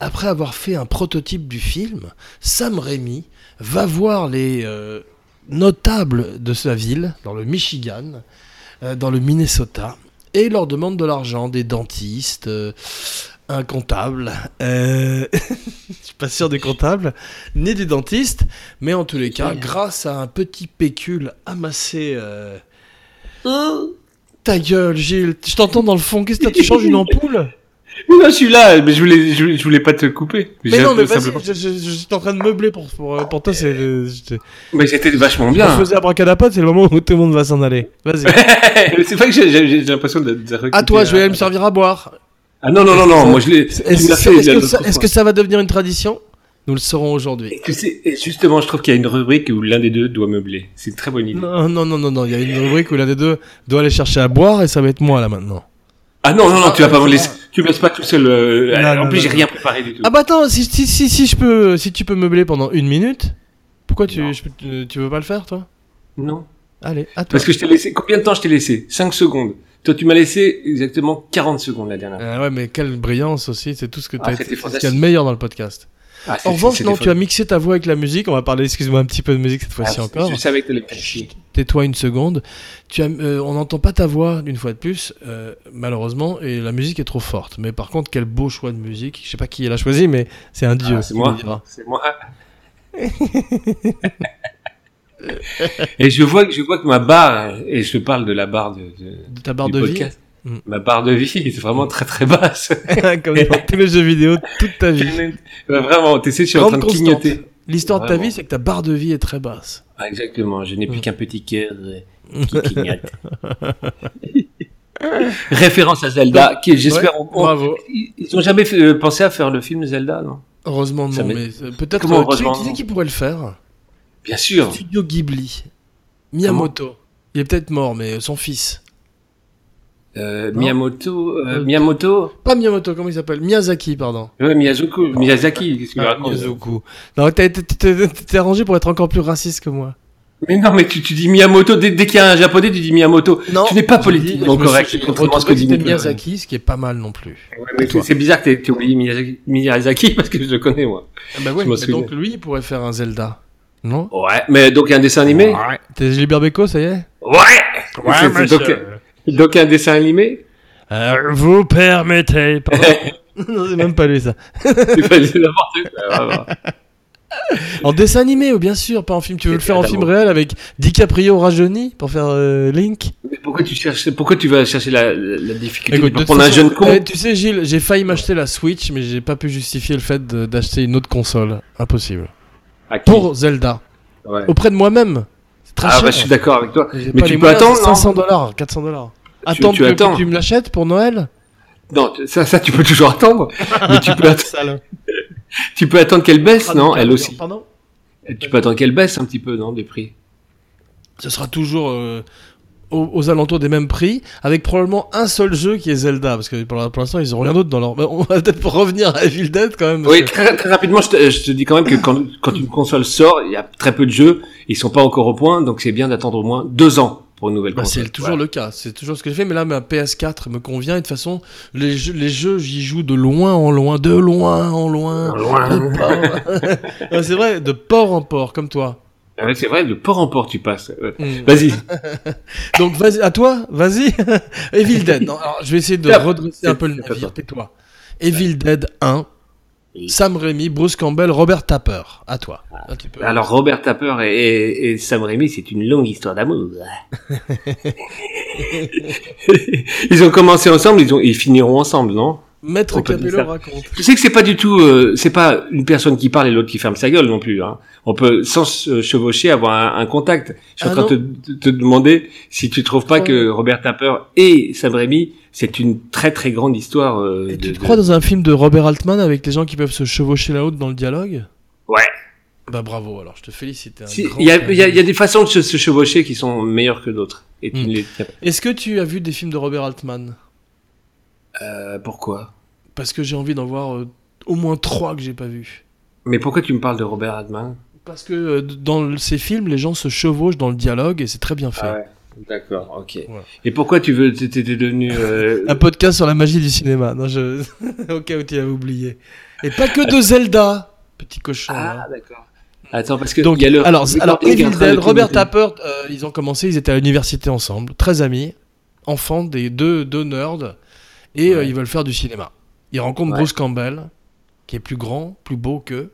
[SPEAKER 3] Après avoir fait un prototype du film, Sam Raimi va voir les euh, notables de sa ville, dans le Michigan, euh, dans le Minnesota, et leur demande de l'argent, des dentistes, euh, un comptable. euh, Je suis pas sûr du comptable, ni du dentiste, mais en tous les cas, grâce à un petit pécule amassé. euh, Oh. Ta gueule, Gilles, je t'entends dans le fond. Qu'est-ce que t'as- tu changes une ampoule
[SPEAKER 2] non, je suis là, mais je voulais, je voulais, je voulais pas te couper.
[SPEAKER 3] Mais
[SPEAKER 2] J'ai
[SPEAKER 3] non, mais
[SPEAKER 2] tout
[SPEAKER 3] vas-y,
[SPEAKER 2] simplement-
[SPEAKER 3] je, je- je suis en train de meubler pour, pour, pour toi. C'est, je,
[SPEAKER 2] Mais c'était vachement
[SPEAKER 3] je
[SPEAKER 2] bien.
[SPEAKER 3] faisais abracadapod, c'est le moment où tout le monde va s'en aller. Vas-y.
[SPEAKER 2] c'est vrai que j'ai- j'ai j'ai l'impression de, de
[SPEAKER 3] À toi, je vais aller me
[SPEAKER 2] ça.
[SPEAKER 3] servir à boire.
[SPEAKER 2] Ah non, non, non, non, moi je l'ai. tu
[SPEAKER 3] euh, Est-ce
[SPEAKER 2] me l'as fait
[SPEAKER 3] est-ce que,
[SPEAKER 2] l'autre
[SPEAKER 3] ça-
[SPEAKER 2] fois.
[SPEAKER 3] est-ce que ça va devenir une tradition Nous le saurons aujourd'hui.
[SPEAKER 2] Tu sais, et justement, je trouve qu'il y a une rubrique où l'un des deux doit meubler. C'est une très bonne idée.
[SPEAKER 3] Non, non, non, non, non. Il y a une rubrique où l'un des deux doit aller chercher à boire et ça va être moi là maintenant.
[SPEAKER 2] Ah non, non, non, tu vas
[SPEAKER 3] Ah,
[SPEAKER 2] pas me
[SPEAKER 3] ah,
[SPEAKER 2] laisser. tu me laisses pas tout seul. euh,
[SPEAKER 3] Non,
[SPEAKER 2] euh,
[SPEAKER 3] non,
[SPEAKER 2] en plus,
[SPEAKER 3] non,
[SPEAKER 2] j'ai
[SPEAKER 3] non.
[SPEAKER 2] rien préparé du tout.
[SPEAKER 3] Ah bah attends, si, si, si, si je peux, si tu peux meubler pendant une minute, pourquoi tu,
[SPEAKER 2] Non.
[SPEAKER 3] je peux- tu- tu veux pas le faire, toi
[SPEAKER 2] Non.
[SPEAKER 3] Allez, à toi.
[SPEAKER 2] Parce que je t'ai laissé. Combien de temps je t'ai laissé 5 secondes. Toi, tu m'as laissé exactement 40 secondes la dernière. fois.
[SPEAKER 3] Ah ouais, mais quelle brillance aussi, c'est tout ce que
[SPEAKER 2] Ah,
[SPEAKER 3] t'as
[SPEAKER 2] c'était
[SPEAKER 3] été- c'est ce qu'il y a
[SPEAKER 2] fantastique.
[SPEAKER 3] de meilleur dans le podcast.
[SPEAKER 2] Ah, c'est-
[SPEAKER 3] En revanche,
[SPEAKER 2] c'est-
[SPEAKER 3] non,
[SPEAKER 2] c'est
[SPEAKER 3] tu as mixé ta voix avec la musique, on va parler, excuse-moi, un petit peu de musique cette fois-ci
[SPEAKER 2] Ah,
[SPEAKER 3] encore.
[SPEAKER 2] Je savais que t'allais me faire chier.
[SPEAKER 3] Tais-toi une seconde. Tu as, euh, on n'entend pas ta voix une fois de plus, euh, malheureusement, et la musique est trop forte. Mais par contre, quel beau choix de musique. Je sais pas qui l'a choisi, mais c'est un dieu.
[SPEAKER 2] Ah, c'est
[SPEAKER 3] qui
[SPEAKER 2] moi.
[SPEAKER 3] le dira.
[SPEAKER 2] C'est moi. et je vois que je vois que ma barre et je te parle de la barre de, de-
[SPEAKER 3] De ta barre
[SPEAKER 2] du
[SPEAKER 3] de vie,
[SPEAKER 2] podcast.
[SPEAKER 3] Mm.
[SPEAKER 2] Ma barre de vie est vraiment très très basse.
[SPEAKER 3] comme dans tous les jeux vidéo, toute ta vie.
[SPEAKER 2] Bah, vraiment, tu sais, je suis en
[SPEAKER 3] Grande
[SPEAKER 2] train de
[SPEAKER 3] constante.
[SPEAKER 2] clignoter.
[SPEAKER 3] L'histoire de ta
[SPEAKER 2] Vraiment.
[SPEAKER 3] vie, c'est que ta barre de vie est très basse.
[SPEAKER 2] Ah, exactement, je n'ai plus
[SPEAKER 3] Mm.
[SPEAKER 2] qu'un petit cœur euh, qui clignote. Référence à Zelda, qui j'espère
[SPEAKER 3] Ouais,
[SPEAKER 2] on- on-
[SPEAKER 3] Bravo.
[SPEAKER 2] ils ils ont jamais fait- euh, pensé à faire le film Zelda, non
[SPEAKER 3] Heureusement
[SPEAKER 2] Ça
[SPEAKER 3] non,
[SPEAKER 2] m'est-
[SPEAKER 3] mais euh, peut-être
[SPEAKER 2] Comment
[SPEAKER 3] euh, qui-
[SPEAKER 2] heureusement
[SPEAKER 3] qui, c'est
[SPEAKER 2] non
[SPEAKER 3] qui pourrait le faire
[SPEAKER 2] Bien sûr.
[SPEAKER 3] Studio Ghibli, Miyamoto. Il est peut-être mort, mais son fils.
[SPEAKER 2] Euh,
[SPEAKER 3] Non
[SPEAKER 2] Miyamoto, euh,
[SPEAKER 3] Euh,
[SPEAKER 2] Miyamoto,
[SPEAKER 3] Pas Miyamoto, comment il s'appelle Miyazaki, pardon.
[SPEAKER 2] ouais, Miyazuko, Miyazaki, qu'est-ce que tu
[SPEAKER 3] Ah,
[SPEAKER 2] racontes
[SPEAKER 3] Miyazoku. Non, t'as- t'as- t'as- t'es arrangé pour être encore plus raciste que moi.
[SPEAKER 2] euh, Mais non, mais tu, tu dis Miyamoto, dès, dès qu'il y a un japonais, tu dis Miyamoto.
[SPEAKER 3] Non.
[SPEAKER 2] tu n'es pas
[SPEAKER 3] politique
[SPEAKER 2] politiquement correct, contrairement à ce que dit Nicolas.
[SPEAKER 3] Miyazaki, ce qui est pas mal non plus.
[SPEAKER 2] Ouais, mais c'est- C'est bizarre que t'aies- t'aies oublié Miyazaki, Miyazaki, parce que je le connais, moi.
[SPEAKER 3] bah
[SPEAKER 2] Ah ouais, Je m'en mais souviens.
[SPEAKER 3] donc
[SPEAKER 2] donc
[SPEAKER 3] lui, il pourrait faire un Zelda. Non
[SPEAKER 2] Ouais, mais donc un dessin animé
[SPEAKER 3] Ouais. T'es Gilbert Beco, ça y est
[SPEAKER 2] Ouais C'est- c'est donc, donc un dessin animé
[SPEAKER 3] Euh, vous permettez. pardon. non, c'est même pas lui ça.
[SPEAKER 2] C'est pas- c'est n'importe quoi, vraiment.
[SPEAKER 3] En dessin animé, ou bien sûr, pas en film. Tu veux le faire en film
[SPEAKER 2] Totalement.
[SPEAKER 3] réel avec DiCaprio rajeuni pour faire euh, Link
[SPEAKER 2] Mais pourquoi tu cherches, pourquoi tu vas chercher la, la, la difficulté
[SPEAKER 3] Écoute,
[SPEAKER 2] Tu peux
[SPEAKER 3] de
[SPEAKER 2] prendre
[SPEAKER 3] toute
[SPEAKER 2] un jeune
[SPEAKER 3] façon,
[SPEAKER 2] con
[SPEAKER 3] eh, Tu sais, Gilles, j'ai failli m'acheter la Switch, mais j'ai pas pu justifier le fait de- d'acheter une autre console. Impossible.
[SPEAKER 2] à qui
[SPEAKER 3] Pour Zelda.
[SPEAKER 2] Ouais.
[SPEAKER 3] auprès de moi-même. C'est très
[SPEAKER 2] Ah
[SPEAKER 3] cher.
[SPEAKER 2] bah je suis d'accord avec toi.
[SPEAKER 3] J'ai
[SPEAKER 2] Mais
[SPEAKER 3] pas
[SPEAKER 2] tu
[SPEAKER 3] les
[SPEAKER 2] peux
[SPEAKER 3] moyens,
[SPEAKER 2] attendre,
[SPEAKER 3] c'est
[SPEAKER 2] non
[SPEAKER 3] 500 dollars, 400 dollars.
[SPEAKER 2] Tu-
[SPEAKER 3] Attendre
[SPEAKER 2] tu
[SPEAKER 3] que,
[SPEAKER 2] attends.
[SPEAKER 3] que tu me l'achètes pour Noël
[SPEAKER 2] Non, tu- ça, ça tu peux toujours attendre. Mais tu
[SPEAKER 3] Ah,
[SPEAKER 2] peux, att- tu peux attendre qu'elle baisse, non Elle aussi.
[SPEAKER 3] Pardon
[SPEAKER 2] Tu peux attendre qu'elle baisse un petit peu, non, des prix.
[SPEAKER 3] Ce sera toujours euh, aux, aux alentours des mêmes prix, avec probablement un seul jeu qui est Zelda, parce que pour, pour l'instant, ils ont rien d'autre dans leur. Bah, on va peut-être revenir à Evil Dead quand même. parce
[SPEAKER 2] Oui,
[SPEAKER 3] que-
[SPEAKER 2] très, très rapidement, je te, je te dis quand même que quand, quand une console sort, il y a très peu de jeux, ils sont pas encore au point, donc c'est bien d'attendre au moins deux ans pour une nouvelle
[SPEAKER 3] Bah,
[SPEAKER 2] console.
[SPEAKER 3] c'est toujours le cas, c'est toujours ce que je fais, mais là ma PS4 me convient et de toute façon les jeux, les jeux j'y joue de loin en loin, de loin en loin,
[SPEAKER 2] Loin.
[SPEAKER 3] de port. Ouais, c'est vrai, de port en port, comme toi.
[SPEAKER 2] Ah ouais, c'est vrai, de port en port tu passes. Ouais.
[SPEAKER 3] Mm.
[SPEAKER 2] Vas-y.
[SPEAKER 3] Donc vas-y, à toi, vas-y. Evil Dead. Non, alors, je vais essayer de
[SPEAKER 2] Là,
[SPEAKER 3] redresser un peu le
[SPEAKER 2] Ah, c'est pas
[SPEAKER 3] navire.
[SPEAKER 2] toi.
[SPEAKER 3] Tais-toi. Evil Dead 1.
[SPEAKER 2] Oui. Ah.
[SPEAKER 3] Sam Raimi, Bruce Campbell, Robert Tapper. À toi. Là, tu peux-
[SPEAKER 2] Alors Robert Tapper et, et- et Sam Raimi, c'est une longue histoire d'amour. ils ont commencé ensemble, ils, ont, ils finiront ensemble, non
[SPEAKER 3] Maître
[SPEAKER 2] on peut dire
[SPEAKER 3] Capello
[SPEAKER 2] ça.
[SPEAKER 3] raconte.
[SPEAKER 2] Je sais que c'est pas du tout, euh, c'est pas une personne qui parle et l'autre qui ferme sa gueule non plus. Hein. On peut sans se chevaucher avoir un, un contact. Je
[SPEAKER 3] Ah
[SPEAKER 2] suis en train de te, te- te demander si tu trouves pas
[SPEAKER 3] Ouais.
[SPEAKER 2] que Robert Tapper et Sam Raimi, c'est une très très grande histoire. euh,
[SPEAKER 3] Et
[SPEAKER 2] de-
[SPEAKER 3] tu te
[SPEAKER 2] de-
[SPEAKER 3] crois dans un film de Robert Altman avec les gens qui peuvent se chevaucher là-haut dans le dialogue
[SPEAKER 2] Ouais.
[SPEAKER 3] Bah bravo, alors je te félicite. t'es un
[SPEAKER 2] Si,
[SPEAKER 3] grand
[SPEAKER 2] Il y, a,
[SPEAKER 3] fan.
[SPEAKER 2] il y a- il y a des façons de se, se chevaucher qui sont meilleures que d'autres. Et tu
[SPEAKER 3] Mm.
[SPEAKER 2] ne les tiens pas.
[SPEAKER 3] Est-ce que tu as vu des films de Robert Altman
[SPEAKER 2] Euh, pourquoi
[SPEAKER 3] Parce que j'ai envie d'en voir euh, au moins trois que j'ai pas vus.
[SPEAKER 2] Mais pourquoi tu me parles de Robert Altman
[SPEAKER 3] Parce que euh, dans le- ces films, les gens se chevauchent dans le dialogue et c'est très bien fait.
[SPEAKER 2] Ah ouais, D'accord, ok.
[SPEAKER 3] Voilà.
[SPEAKER 2] Et pourquoi tu veux, t'es t'es devenu euh,
[SPEAKER 3] Un podcast sur la magie du cinéma. Non, je... Au cas où tu avais oublié. Et pas que de Zelda, petit cochon.
[SPEAKER 2] Ah,
[SPEAKER 3] là.
[SPEAKER 2] d'accord. Attends, parce que
[SPEAKER 3] Donc,
[SPEAKER 2] il y a le.
[SPEAKER 3] alors,
[SPEAKER 2] le
[SPEAKER 3] alors
[SPEAKER 2] camping qui est en
[SPEAKER 3] Evil
[SPEAKER 2] train de
[SPEAKER 3] Dead, Robert
[SPEAKER 2] clignoter.
[SPEAKER 3] Tapper, euh, ils ont commencé, ils étaient à l'université ensemble, très amis, enfants des deux, deux nerds, et euh,
[SPEAKER 2] Ouais.
[SPEAKER 3] ils veulent faire du cinéma. Ils rencontrent
[SPEAKER 2] Ouais.
[SPEAKER 3] Bruce Campbell, qui est plus grand, plus beau qu'eux.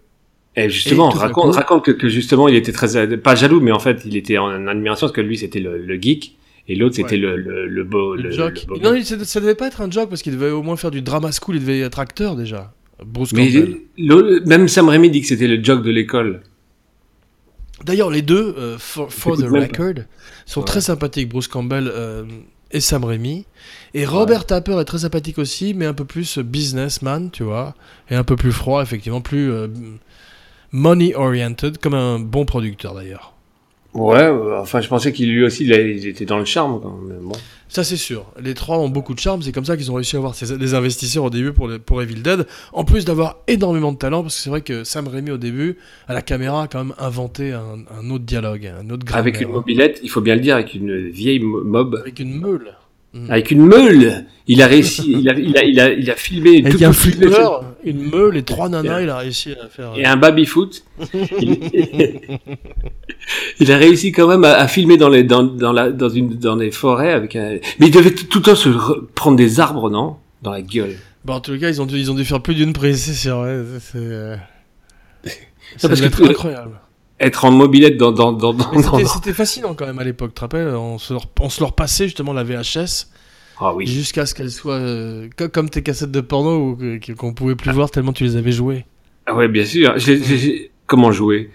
[SPEAKER 2] Et justement,
[SPEAKER 3] Et tout d'un
[SPEAKER 2] raconte,
[SPEAKER 3] coup-
[SPEAKER 2] raconte que, que justement, il était très, pas jaloux, mais en fait, il était en admiration parce que lui, c'était le, le geek et l'autre, c'était
[SPEAKER 3] Ouais.
[SPEAKER 2] le, le, le beau.
[SPEAKER 3] Le
[SPEAKER 2] Le,
[SPEAKER 3] joke.
[SPEAKER 2] le beau-
[SPEAKER 3] Non, il- ça ça devait pas être un joke, parce qu'il devait au moins faire du drama school, il devait être acteur déjà. Bruce
[SPEAKER 2] mais
[SPEAKER 3] Campbell.
[SPEAKER 2] le- même Sam Raimi dit que c'était le joke de l'école.
[SPEAKER 3] D'ailleurs, les deux, euh, for, for the
[SPEAKER 2] J'écoute même pas.
[SPEAKER 3] record, sont
[SPEAKER 2] Ouais.
[SPEAKER 3] très sympathiques, Bruce Campbell euh, et Sam Raimi. Et Robert Tapper est très sympathique aussi, mais un peu plus euh, businessman, tu vois, et un peu plus euh, froid, effectivement, plus money-oriented, comme un bon producteur d'ailleurs.
[SPEAKER 2] Ouais, euh, enfin, je pensais qu'il lui aussi, il, a- il était dans le charme quand même. Bon.
[SPEAKER 3] Ça, c'est sûr. Les trois ont beaucoup de charme. C'est comme ça qu'ils ont réussi à avoir ces- des investisseurs au début pour, les- pour Evil Dead. En plus d'avoir énormément de talent, parce que c'est vrai que Sam Raimi, au début, à la caméra, a quand même inventé un, un autre dialogue, un autre grammaire.
[SPEAKER 2] Avec une mobilette, il faut bien le dire, avec une vieille mo- mob,
[SPEAKER 3] Avec une meule.
[SPEAKER 2] avec une meule, il a réussi, il a, il a, il a, il a filmé
[SPEAKER 3] Avec
[SPEAKER 2] tout-
[SPEAKER 3] un
[SPEAKER 2] tout-
[SPEAKER 3] flipper, une meule et trois nanas, il a réussi à faire. euh,
[SPEAKER 2] et un baby foot. il, il a réussi quand même à, à filmer dans les dans, dans la dans une dans les forêts avec un. Mais il devait tout tout le temps se re- prendre des arbres, non Dans la gueule.
[SPEAKER 3] Bah, en tout cas, ils ont dû, ils ont dû faire plus d'une prise, c'est sûr. ouais, c'est. euh, Ça devait
[SPEAKER 2] parce que
[SPEAKER 3] être
[SPEAKER 2] tout-
[SPEAKER 3] incroyable.
[SPEAKER 2] Être en mobilette dans dans dans dans.
[SPEAKER 3] Mais
[SPEAKER 2] dans-
[SPEAKER 3] c'était- C'était fascinant quand même à l'époque, tu te rappelles on se, leur, on se leur passait justement la VHS
[SPEAKER 2] Ah oui.
[SPEAKER 3] jusqu'à ce qu'elle soit euh, co- comme tes cassettes de porno ou que- qu'on pouvait plus voir tellement tu les avais jouées.
[SPEAKER 2] Ah ouais, bien sûr. Je l'ai- je l'ai- j'ai- Comment jouer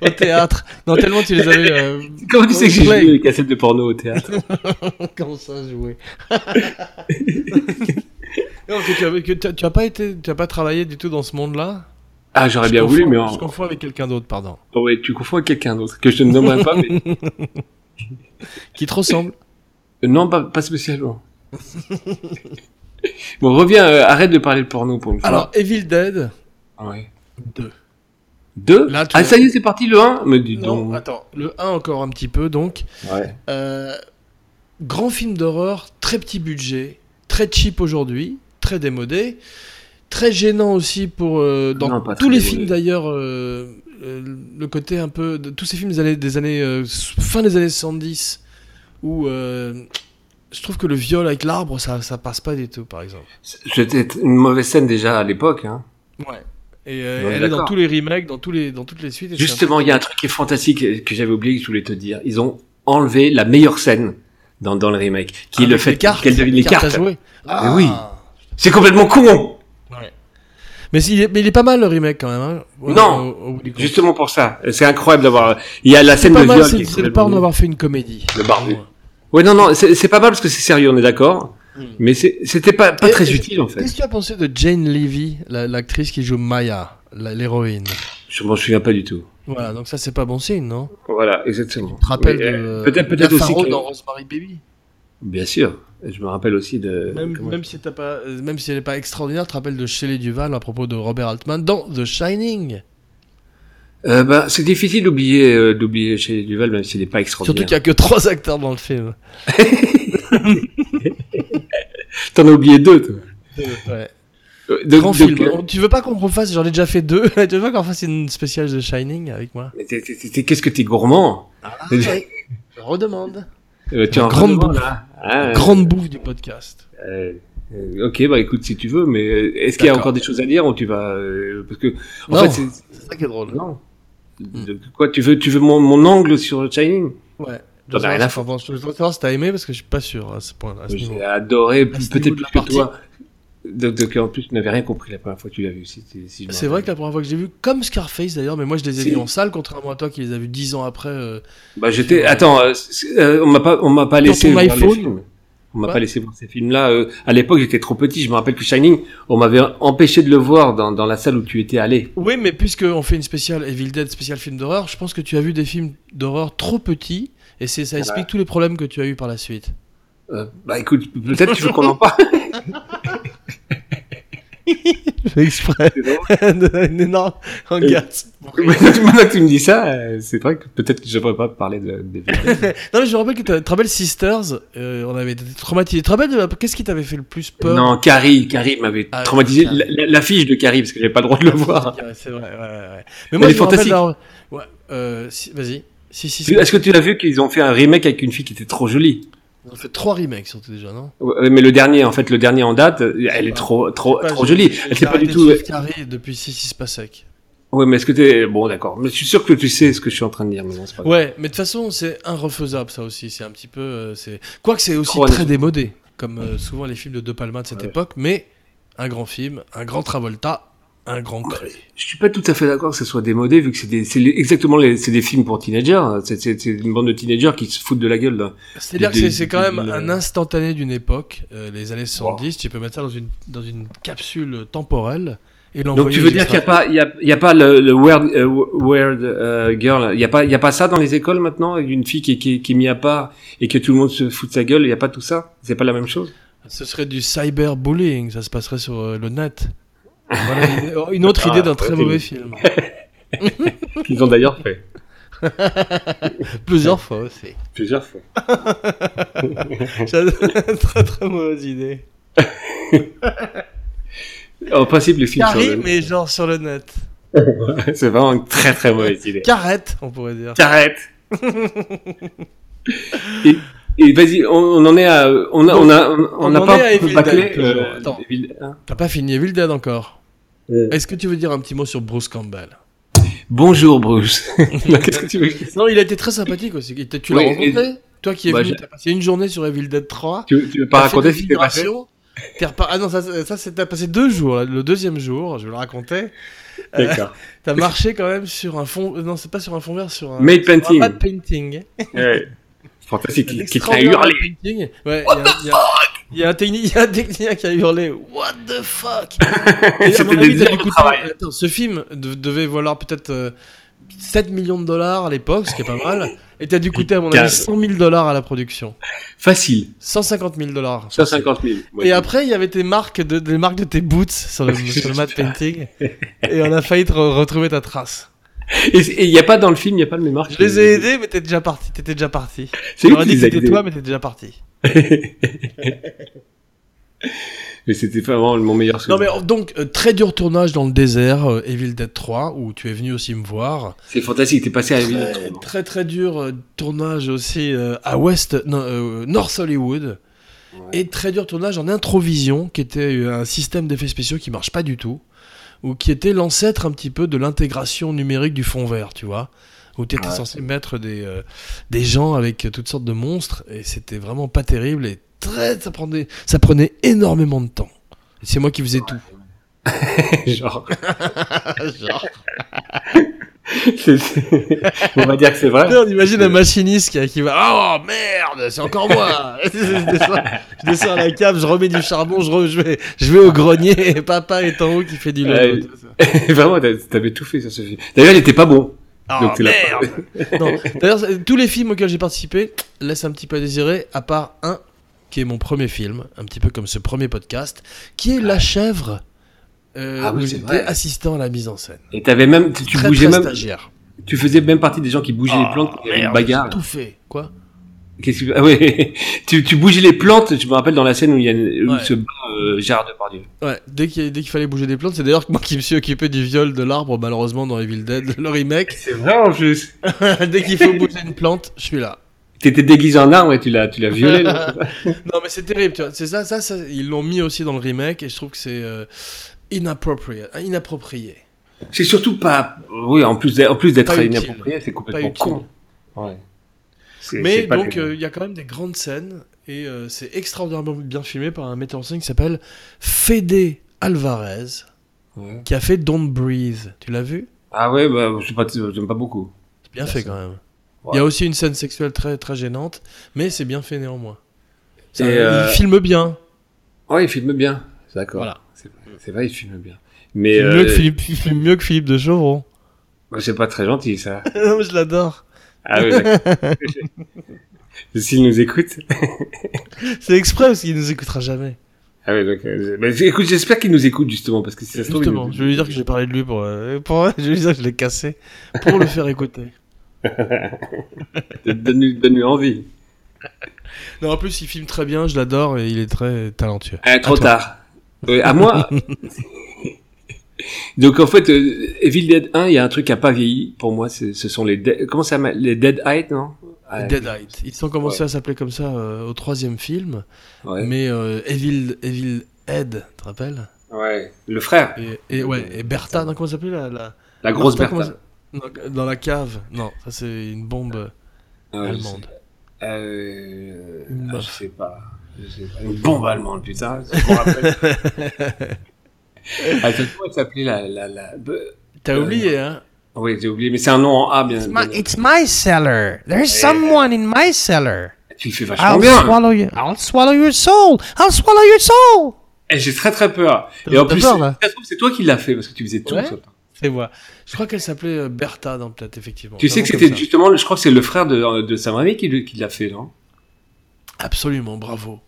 [SPEAKER 3] Au théâtre. Non, tellement tu les avais. euh,
[SPEAKER 2] Comment tu sais que j'ai
[SPEAKER 3] Play.
[SPEAKER 2] joué les cassettes de porno au théâtre
[SPEAKER 3] comme ça jouées. non, que tu, avais- que t'as- tu as pas été, tu as pas travaillé du tout dans ce monde-là.
[SPEAKER 2] Ah, j'aurais
[SPEAKER 3] Je
[SPEAKER 2] bien voulu,
[SPEAKER 3] confonds-
[SPEAKER 2] mais
[SPEAKER 3] je
[SPEAKER 2] en...
[SPEAKER 3] confonds avec quelqu'un d'autre, pardon,
[SPEAKER 2] oh ouais, tu confonds avec quelqu'un d'autre que je te nommerai pas. Mais...
[SPEAKER 3] qui te ressemble.
[SPEAKER 2] euh, Non, pas, pas spécialement. bon, reviens. euh, arrête de parler de porno pour une fois. Ah
[SPEAKER 3] Alors, Evil Dead
[SPEAKER 2] Ouais.
[SPEAKER 3] 2.
[SPEAKER 2] Deux
[SPEAKER 3] Là, tu
[SPEAKER 2] Ah,
[SPEAKER 3] vois.
[SPEAKER 2] ça y est, c'est parti le 1 Me dis
[SPEAKER 3] Non,
[SPEAKER 2] donc.
[SPEAKER 3] attends, le 1 encore un petit peu, donc.
[SPEAKER 2] Ouais.
[SPEAKER 3] Euh, grand film d'horreur, très petit budget, très cheap aujourd'hui, très démodé, très gênant aussi pour euh, dans
[SPEAKER 2] Non, pas
[SPEAKER 3] tous
[SPEAKER 2] très
[SPEAKER 3] les
[SPEAKER 2] démodé.
[SPEAKER 3] films d'ailleurs. euh, euh, le côté un peu de tous ces films des années, des années euh, fin des années 70 où euh, je trouve que le viol avec l'arbre ça ça passe pas du tout par exemple.
[SPEAKER 2] C'était une mauvaise scène déjà à l'époque. Hein.
[SPEAKER 3] Ouais. Et euh,
[SPEAKER 2] Ouais,
[SPEAKER 3] elle est dans
[SPEAKER 2] d'accord.
[SPEAKER 3] tous les remakes, dans tous les dans toutes les suites. et c'est un
[SPEAKER 2] Justement, il y a un truc qui est fantastique que j'avais oublié que je voulais te dire. Ils ont enlevé la meilleure scène dans, dans le remake, qui est
[SPEAKER 3] peu-
[SPEAKER 2] le
[SPEAKER 3] avec
[SPEAKER 2] fait
[SPEAKER 3] les cartes,
[SPEAKER 2] qu'elle devine les
[SPEAKER 3] les cartes à
[SPEAKER 2] cartes.
[SPEAKER 3] jouer.
[SPEAKER 2] Ah oui. C'est complètement con
[SPEAKER 3] Ouais. Mais, s'il est, mais il est pas mal le remake quand même. hein. Ouais,
[SPEAKER 2] Non.
[SPEAKER 3] au- au bout du compte.
[SPEAKER 2] Justement pour ça. C'est incroyable d'avoir... Il y a la
[SPEAKER 3] C'est
[SPEAKER 2] scène
[SPEAKER 3] pas
[SPEAKER 2] de
[SPEAKER 3] mal,
[SPEAKER 2] viol qui
[SPEAKER 3] c'est
[SPEAKER 2] est
[SPEAKER 3] c'est de
[SPEAKER 2] complètement
[SPEAKER 3] pas en
[SPEAKER 2] nulle.
[SPEAKER 3] avoir fait une comédie.
[SPEAKER 2] Le barbu.
[SPEAKER 3] Ouais.
[SPEAKER 2] Ouais, non, non, c'est c'est pas mal parce que c'est sérieux, on est d'accord.
[SPEAKER 3] Mm.
[SPEAKER 2] Mais c'est- c'était pas, pas
[SPEAKER 3] Et-
[SPEAKER 2] très
[SPEAKER 3] et-
[SPEAKER 2] utile en fait.
[SPEAKER 3] Qu'est-ce que tu as pensé de Jane Levy, la- l'actrice qui joue Maya, la- l'héroïne
[SPEAKER 2] Je m'en souviens pas du tout.
[SPEAKER 3] Voilà, donc ça c'est pas bon signe, non
[SPEAKER 2] Voilà, exactement.
[SPEAKER 3] Tu te rappelles
[SPEAKER 2] Mais,
[SPEAKER 3] de
[SPEAKER 2] euh, Peut-être peut
[SPEAKER 3] Mia
[SPEAKER 2] aussi...
[SPEAKER 3] Farrow
[SPEAKER 2] que-
[SPEAKER 3] dans Rosemary Baby.
[SPEAKER 2] Bien sûr. Je me rappelle aussi de...
[SPEAKER 3] Même,
[SPEAKER 2] Euh, comment-
[SPEAKER 3] même si t'as pas, euh, même si elle est pas extraordinaire, tu te rappelles de Shelley Duval à propos de Robert Altman dans The Shining.
[SPEAKER 2] Euh, bah, c'est difficile d'oublier euh, d'oublier chez Duval, même s'il n'est pas
[SPEAKER 3] Surtout
[SPEAKER 2] extraordinaire.
[SPEAKER 3] qu'il y a que trois acteurs dans le film.
[SPEAKER 2] T'en as oublié deux, toi.
[SPEAKER 3] Ouais.
[SPEAKER 2] Euh, donc-
[SPEAKER 3] Grand
[SPEAKER 2] donc,
[SPEAKER 3] film. hein.
[SPEAKER 2] euh,
[SPEAKER 3] On- Tu veux pas qu'on refasse, j'en ai déjà fait deux. tu veux pas qu'on fasse une spéciale de Shining avec moi
[SPEAKER 2] mais t'es- t'es- t'es- t'es- Qu'est-ce que t'es gourmand ouais.
[SPEAKER 3] Ah, Je redemande.
[SPEAKER 2] Euh, Tu as un
[SPEAKER 3] Grande
[SPEAKER 2] redemande,
[SPEAKER 3] bouffe.
[SPEAKER 2] là. Ah,
[SPEAKER 3] Grande bouffe du podcast.
[SPEAKER 2] euh, euh, ok, bah écoute si tu veux, mais euh, est-ce qu'il y a
[SPEAKER 3] D'accord.
[SPEAKER 2] encore des choses à dire ou tu vas euh, parce que en
[SPEAKER 3] Non. Hmm.
[SPEAKER 2] fait c'est-
[SPEAKER 3] C'est ça qui est drôle.
[SPEAKER 2] non De- quoi tu veux tu veux mon, mon angle sur le Shining
[SPEAKER 3] Ouais.
[SPEAKER 2] T'en as rien à
[SPEAKER 3] Enfin, bon, je voudrais savoir si t'as aimé parce que je suis pas sûr hein, à ce point-là. à ce niveau.
[SPEAKER 2] j'ai adoré
[SPEAKER 3] À ce
[SPEAKER 2] peut-être
[SPEAKER 3] niveau de la
[SPEAKER 2] plus que
[SPEAKER 3] partie.
[SPEAKER 2] toi donc, donc, en plus tu n'avais rien compris la première fois que tu l'as vu si, si- si je me
[SPEAKER 3] C'est vrai que
[SPEAKER 2] rappelle.
[SPEAKER 3] la première fois que j'ai vu, comme Scarface d'ailleurs, mais moi je les ai
[SPEAKER 2] Si.
[SPEAKER 3] vus en salle, contrairement à toi qui les as vus dix ans après. euh,
[SPEAKER 2] bah j'étais attends euh, c'est- euh, on m'a pas on m'a pas
[SPEAKER 3] Dans
[SPEAKER 2] laissé
[SPEAKER 3] ton
[SPEAKER 2] voir les
[SPEAKER 3] iPhone
[SPEAKER 2] films on m'a
[SPEAKER 3] Quoi
[SPEAKER 2] pas laissé voir ces films là à l'époque j'étais trop petit je me rappelle que Shining on m'avait empêché de le voir dans, dans la salle où tu étais allé
[SPEAKER 3] Oui, mais puisque on fait une spéciale Evil Dead, spéciale film d'horreur, je pense que tu as vu des films d'horreur trop petits et c'est ça explique tous les problèmes que tu as eu par la suite.
[SPEAKER 2] Euh, bah écoute peut-être tu veux qu'on en parle
[SPEAKER 3] Je fais exprès. Une énorme engueule.
[SPEAKER 2] Maintenant que- maintenant que tu me dis ça, euh, c'est vrai que peut-être que je devrais pas parler de, des
[SPEAKER 3] Non, mais je me rappelle que t'as- tu te rappelles Sisters, euh, on avait été traumatisés. Tu te rappelles de la- qu'est-ce qui t'avait fait le plus peur
[SPEAKER 2] Non, Carrie, Carrie m'avait
[SPEAKER 3] Ah,
[SPEAKER 2] traumatisé.
[SPEAKER 3] Carrie.
[SPEAKER 2] La, la- la fiche de Carrie, parce que j'avais pas le droit de le voir.
[SPEAKER 3] Ouais, Ah, C'est vrai, ouais, ouais, ouais. Mais je
[SPEAKER 2] Elle est
[SPEAKER 3] me rappelle
[SPEAKER 2] fantastique.
[SPEAKER 3] d'avoir- Ouais, euh, si- vas-y. Si, si, si.
[SPEAKER 2] Est-ce que tu l'as vu qu'ils ont fait un remake avec une fille qui était trop jolie
[SPEAKER 3] Ils ont fait trois remakes surtout déjà, non
[SPEAKER 2] Ouais, Mais le dernier, en fait, le dernier en date, euh, elle est trop, trop,
[SPEAKER 3] Bah, Pas
[SPEAKER 2] trop
[SPEAKER 3] joli.
[SPEAKER 2] jolie. Elle sait pas du
[SPEAKER 3] J'ai
[SPEAKER 2] tout.
[SPEAKER 3] arrêté de suivre Carré depuis 6 pas sec.
[SPEAKER 2] Ouais, mais est-ce que t'es bon, d'accord. Mais je suis sûr que tu sais ce que je suis en train de dire. Mais non, c'est pas grave.
[SPEAKER 3] Ouais, mais de toute façon, c'est inrefaisable ça aussi. C'est un petit peu. euh, c'est Quoique c'est aussi
[SPEAKER 2] Trop
[SPEAKER 3] très
[SPEAKER 2] années-
[SPEAKER 3] démodé, comme euh, souvent les films de De Palma de cette
[SPEAKER 2] Ouais.
[SPEAKER 3] époque, mais un grand film, un grand Travolta, un grand cru.
[SPEAKER 2] Je suis pas tout à fait d'accord que ce soit démodé, vu que c'est des, c'est les- exactement les, c'est des films pour teenagers. hein. C'est, c'est- c'est une bande de teenagers qui se foutent de la gueule. là.
[SPEAKER 3] C'est-à-dire que
[SPEAKER 2] Des-
[SPEAKER 3] c'est- c'est quand même
[SPEAKER 2] des-
[SPEAKER 3] un euh, instantané d'une époque, euh, les années 70, tu peux mettre ça dans une, dans une capsule temporelle, et
[SPEAKER 2] Donc tu veux dire qu'il n'y a pas, il y a, il y a pas le, le weird, euh, weird euh, girl, il n'y a pas, il y a pas ça dans les écoles maintenant, avec une fille qui, est- qui, est- qui est mise à part et que tout le monde se fout de sa gueule, il n'y a pas tout ça C'est pas la même chose
[SPEAKER 3] Ce serait du cyberbullying, ça se passerait sur euh, le net. Voilà une- une autre
[SPEAKER 2] Ah,
[SPEAKER 3] idée d'un
[SPEAKER 2] ouais,
[SPEAKER 3] très
[SPEAKER 2] c'est
[SPEAKER 3] mauvais
[SPEAKER 2] bien.
[SPEAKER 3] film.
[SPEAKER 2] Qu'ils ont d'ailleurs fait
[SPEAKER 3] Plusieurs fois aussi.
[SPEAKER 2] plusieurs fois.
[SPEAKER 3] J'adore- très très mauvaise idée.
[SPEAKER 2] En principe, les films sont
[SPEAKER 3] Carrie, mais genre sur le net.
[SPEAKER 2] C'est vraiment une très très mauvaise idée.
[SPEAKER 3] Carrette, on pourrait dire.
[SPEAKER 2] T'arrêtes Et, et vas-y, on, on en est à... On a,
[SPEAKER 3] Donc,
[SPEAKER 2] on a, on,
[SPEAKER 3] on
[SPEAKER 2] n'a
[SPEAKER 3] en est à
[SPEAKER 2] pas
[SPEAKER 3] Evil
[SPEAKER 2] bâclé,
[SPEAKER 3] Dead, toujours. Attends.
[SPEAKER 2] Evil- hein.
[SPEAKER 3] T'as pas fini Evil Dead encore.
[SPEAKER 2] Ouais.
[SPEAKER 3] Est-ce que tu veux dire un petit mot sur Bruce Campbell
[SPEAKER 2] Bonjour Bruce. Qu'est-ce que tu veux que je dise
[SPEAKER 3] Non, il a été très sympathique aussi. Il t'a- Tu l'as
[SPEAKER 2] Oui,
[SPEAKER 3] rencontré Toi qui es
[SPEAKER 2] Bah,
[SPEAKER 3] venu,
[SPEAKER 2] j'ai-
[SPEAKER 3] t'as passé une journée sur Evil Dead 3.
[SPEAKER 2] tu, veux- tu veux pas
[SPEAKER 3] T'as fait
[SPEAKER 2] raconter
[SPEAKER 3] des
[SPEAKER 2] ce qui s'est passé
[SPEAKER 3] figurations, t'es repar- Ah non, ça, ça c'est- t'as passé deux jours. là, Le deuxième jour, je vais le raconter. Euh,
[SPEAKER 2] D'accord.
[SPEAKER 3] T'as marché quand même sur un fond. Non, c'est pas sur un fond vert, sur un.
[SPEAKER 2] Euh, Made
[SPEAKER 3] sur un
[SPEAKER 2] painting.
[SPEAKER 3] matte painting.
[SPEAKER 2] Ouais. Fantastique,
[SPEAKER 3] Un
[SPEAKER 2] qui, qui t'a
[SPEAKER 3] extraordinaire
[SPEAKER 2] hurlé.
[SPEAKER 3] matte painting. Ouais, il y a- il y a- il y a un techni- il y a un technicien qui a hurlé What the fuck Et à mon
[SPEAKER 2] C'était
[SPEAKER 3] avis,
[SPEAKER 2] des
[SPEAKER 3] t'as
[SPEAKER 2] heures
[SPEAKER 3] dû
[SPEAKER 2] de
[SPEAKER 3] coûter-
[SPEAKER 2] travail.
[SPEAKER 3] Attends, ce film de- devait valoir peut-être euh, 7 millions de dollars à l'époque, ce qui est pas mal. Et t'as dû coûter, à mon avis,
[SPEAKER 2] Quinze.
[SPEAKER 3] 100 000 dollars à la production.
[SPEAKER 2] Facile.
[SPEAKER 3] 150 000 dollars.
[SPEAKER 2] 150 000.
[SPEAKER 3] Et après, il y avait tes marques de, des marques de tes boots sur le, sur le matte painting. Et on a failli te re- retrouver ta trace.
[SPEAKER 2] Et il n'y a pas dans le film, il n'y a pas le même arc.
[SPEAKER 3] Je les ai aidés, mais t'es déjà parti. T'étais déjà parti.
[SPEAKER 2] C'est lui
[SPEAKER 3] J'aurais dit
[SPEAKER 2] qui
[SPEAKER 3] que
[SPEAKER 2] les a
[SPEAKER 3] c'était
[SPEAKER 2] aidés.
[SPEAKER 3] toi, mais t'es déjà parti.
[SPEAKER 2] Mais c'était vraiment mon meilleur
[SPEAKER 3] Non,
[SPEAKER 2] souvenir.
[SPEAKER 3] mais donc, euh, très dur tournage dans le désert, euh, Evil Dead 3, où tu es venu aussi me voir.
[SPEAKER 2] C'est fantastique, t'es passé à la ville.
[SPEAKER 3] Très, très, très dur euh, tournage aussi euh, à West, non, euh, North Hollywood. Et très dur tournage en Introvision, qui était euh, un système d'effets spéciaux qui marche pas du tout, ou qui était l'ancêtre un petit peu de l'intégration numérique du fond vert, tu vois, où tu étais
[SPEAKER 2] Ouais.
[SPEAKER 3] censé mettre des, euh, des gens avec euh, toutes sortes de monstres, et c'était vraiment pas terrible, et très, ça prenait, ça prenait énormément de temps. Et C'est moi qui faisais tout.
[SPEAKER 2] Genre. C'est- c'est- On va dire que c'est vrai.
[SPEAKER 3] on imagine un machiniste qui, qui va Oh merde, c'est encore moi je, descends, je descends à la cave, je remets du charbon, je, re- je vais, je vais au grenier et papa est en haut qui fait du
[SPEAKER 2] Ouais.
[SPEAKER 3] lait.
[SPEAKER 2] Vraiment, t'as- t'avais tout fait sur ce film. D'ailleurs, il était pas bon.
[SPEAKER 3] Oh
[SPEAKER 2] Donc, tu l'as pas-
[SPEAKER 3] merde Non, D'ailleurs, c'est- tous les films auxquels j'ai participé laissent un petit peu à désirer, à part un qui est mon premier film, un petit peu comme ce premier podcast, qui est La chèvre, euh,
[SPEAKER 2] Ah oui,
[SPEAKER 3] où
[SPEAKER 2] c'est
[SPEAKER 3] j'étais
[SPEAKER 2] vrai.
[SPEAKER 3] assistant à la mise en scène.
[SPEAKER 2] Et t'avais même, tu tu
[SPEAKER 3] Très,
[SPEAKER 2] bougeais
[SPEAKER 3] très
[SPEAKER 2] même,
[SPEAKER 3] stagiaire.
[SPEAKER 2] tu faisais même partie des gens qui bougeaient les
[SPEAKER 3] Oh,
[SPEAKER 2] plantes. Il y avait une
[SPEAKER 3] merde,
[SPEAKER 2] bagarre.
[SPEAKER 3] Tout fait, quoi
[SPEAKER 2] Qu'est-ce que... Ah ouais. tu, tu bouges les plantes, je me rappelle dans la scène où il y a où
[SPEAKER 3] Ouais.
[SPEAKER 2] se bat euh, Gérard Depardieu.
[SPEAKER 3] Ouais, dès qu'il dès qu'il fallait bouger des plantes, c'est d'ailleurs que moi qui me suis occupé du viol de l'arbre, malheureusement, dans Evil Dead, le remake.
[SPEAKER 2] C'est vrai en plus.
[SPEAKER 3] dès qu'il faut bouger une plante, je suis là.
[SPEAKER 2] T'étais déguisé en arbre et tu l'as, tu l'as violé. là.
[SPEAKER 3] Non, mais c'est terrible, tu vois. C'est ça, ça, ça, ils l'ont mis aussi dans le remake et je trouve que c'est euh, inappropriate- inapproprié.
[SPEAKER 2] c'est surtout pas. Oui, en plus, d'être- en plus d'être
[SPEAKER 3] Pas utile.
[SPEAKER 2] inapproprié, c'est
[SPEAKER 3] Pas
[SPEAKER 2] complètement
[SPEAKER 3] utile.
[SPEAKER 2] con. Ouais. C'est-
[SPEAKER 3] Mais
[SPEAKER 2] c'est pas
[SPEAKER 3] donc,
[SPEAKER 2] très-
[SPEAKER 3] euh, il y a quand même des grandes scènes et euh, c'est extraordinairement bien filmé par un metteur en scène qui s'appelle Fede Alvarez,
[SPEAKER 2] Ouais.
[SPEAKER 3] qui a fait Don't Breathe. Tu l'as vu
[SPEAKER 2] Ah ouais, bah, je sais pas, j'aime pas beaucoup.
[SPEAKER 3] C'est bien
[SPEAKER 2] Bien
[SPEAKER 3] fait
[SPEAKER 2] sûr.
[SPEAKER 3] quand même.
[SPEAKER 2] Ouais.
[SPEAKER 3] Il y a aussi une scène sexuelle très, très gênante, mais c'est bien fait néanmoins. Ça-
[SPEAKER 2] Et, euh,
[SPEAKER 3] Il filme bien.
[SPEAKER 2] Ouais, il filme bien. D'accord.
[SPEAKER 3] Voilà.
[SPEAKER 2] C'est vrai, c'est vrai, il filme bien. Mais
[SPEAKER 3] Il filme mieux, que
[SPEAKER 2] euh, oh,
[SPEAKER 3] Philippe, il filme mieux que Philippe de Chauvron.
[SPEAKER 2] c'est pas très gentil ça.
[SPEAKER 3] Non, mais je l'adore.
[SPEAKER 2] Ah oui. d'accord. S'il nous écoute.
[SPEAKER 3] C'est exprès parce qu'il nous écoutera jamais.
[SPEAKER 2] Ah oui, donc, euh, bah, écoute, j'espère qu'il nous écoute justement parce que si ça se trouve, il
[SPEAKER 3] Justement,
[SPEAKER 2] nous-
[SPEAKER 3] je vais lui dire que j'ai parlé de lui pour, euh, pour- je vais lui dire que je l'ai cassé pour le faire écouter.
[SPEAKER 2] Donne-lui donne-lui envie.
[SPEAKER 3] Non, en plus, il filme très bien, je l'adore et il est très talentueux.
[SPEAKER 2] Ah, trop
[SPEAKER 3] À toi.
[SPEAKER 2] tard. Oui, à moi. Donc en fait, euh, Evil Dead 1, il y a un truc qui a pas vieilli pour moi. c'est- Ce sont les Dead- comment ça s'appelle les Dead Height, non Ah,
[SPEAKER 3] Deadite. Ils sont commencés à s'appeler comme ça euh, au troisième film,
[SPEAKER 2] Ouais.
[SPEAKER 3] mais euh, Evil, Evil Ed, tu te rappelles
[SPEAKER 2] ouais. Le frère,
[SPEAKER 3] et, et ouais, et Bertha, non, comment ça s'appelait la, la...
[SPEAKER 2] la grosse
[SPEAKER 3] Bertha, comment
[SPEAKER 2] Bertha.
[SPEAKER 3] ça- Non, Dans la cave. Non, ça c'est une bombe euh,
[SPEAKER 2] Ah, je sais.
[SPEAKER 3] allemande.
[SPEAKER 2] Euh,
[SPEAKER 3] Une
[SPEAKER 2] ah,
[SPEAKER 3] meuf.
[SPEAKER 2] je sais pas. Je sais pas. Une bombe allemande, putain. c'est ce qu'on rappelle. Ah, c'est comment elle s'appelait la, la, la... be-
[SPEAKER 3] T'as
[SPEAKER 2] Euh,
[SPEAKER 3] oublié, hein
[SPEAKER 2] Oui, j'ai oublié, mais c'est un nom en A, bien.
[SPEAKER 1] It's my,
[SPEAKER 2] bien-
[SPEAKER 1] it's my cellar. There's
[SPEAKER 2] Eh.
[SPEAKER 1] someone in my cellar.
[SPEAKER 3] Ah,
[SPEAKER 2] Tu le fais vachement
[SPEAKER 1] I'll
[SPEAKER 2] bien.
[SPEAKER 1] swallow you. I'll swallow your soul. I'll swallow your soul.
[SPEAKER 2] Eh, J'ai très très peur.
[SPEAKER 3] T'as-
[SPEAKER 2] Et en
[SPEAKER 3] t'as
[SPEAKER 2] plus,
[SPEAKER 3] peur, là
[SPEAKER 2] ça se trouve, c'est toi qui l'as fait parce que tu faisais tout.
[SPEAKER 3] Ouais.
[SPEAKER 2] ça.
[SPEAKER 3] C'est moi. Je crois qu'elle s'appelait euh, Bertha dans Plate, effectivement.
[SPEAKER 2] Tu sais que
[SPEAKER 3] Vraiment
[SPEAKER 2] c'était
[SPEAKER 3] comme ça.
[SPEAKER 2] justement, je crois que c'est le frère de, de Sam Raimi qui, le- qui l'a fait, non
[SPEAKER 3] Absolument, bravo.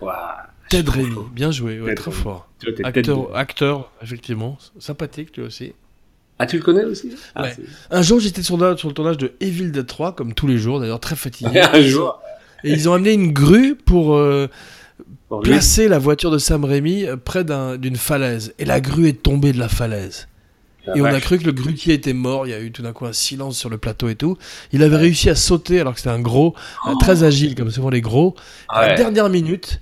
[SPEAKER 2] Ouah,
[SPEAKER 3] Ted Raimi, bien joué, ouais,
[SPEAKER 2] Ah, Ted
[SPEAKER 3] très
[SPEAKER 2] Raimi.
[SPEAKER 3] fort.
[SPEAKER 2] tu vois, t'es peut-être-
[SPEAKER 3] Acteur, acteur, effectivement. Sympathique, lui aussi.
[SPEAKER 2] Ah, tu le connais aussi Ah,
[SPEAKER 3] Ouais.
[SPEAKER 2] c'est-
[SPEAKER 3] Un jour, j'étais sur, le- sur le tournage de Evil Dead 3, comme tous les jours, d'ailleurs, très fatigué.
[SPEAKER 2] Un jour.
[SPEAKER 3] Et ils ont amené une grue pour euh,
[SPEAKER 2] Bon, lui-
[SPEAKER 3] placer la voiture de Sam Raimi euh, près d'un- d'une falaise. Et la grue est tombée de la falaise.
[SPEAKER 2] la
[SPEAKER 3] Et on a
[SPEAKER 2] vache.
[SPEAKER 3] cru que le grutier était mort. Il y a eu tout d'un coup un silence sur le plateau et tout. Il avait réussi à sauter alors que c'était un gros, euh, très agile, comme souvent les gros.
[SPEAKER 2] Ah
[SPEAKER 3] À la
[SPEAKER 2] Oh. ouais.
[SPEAKER 3] dernière minute.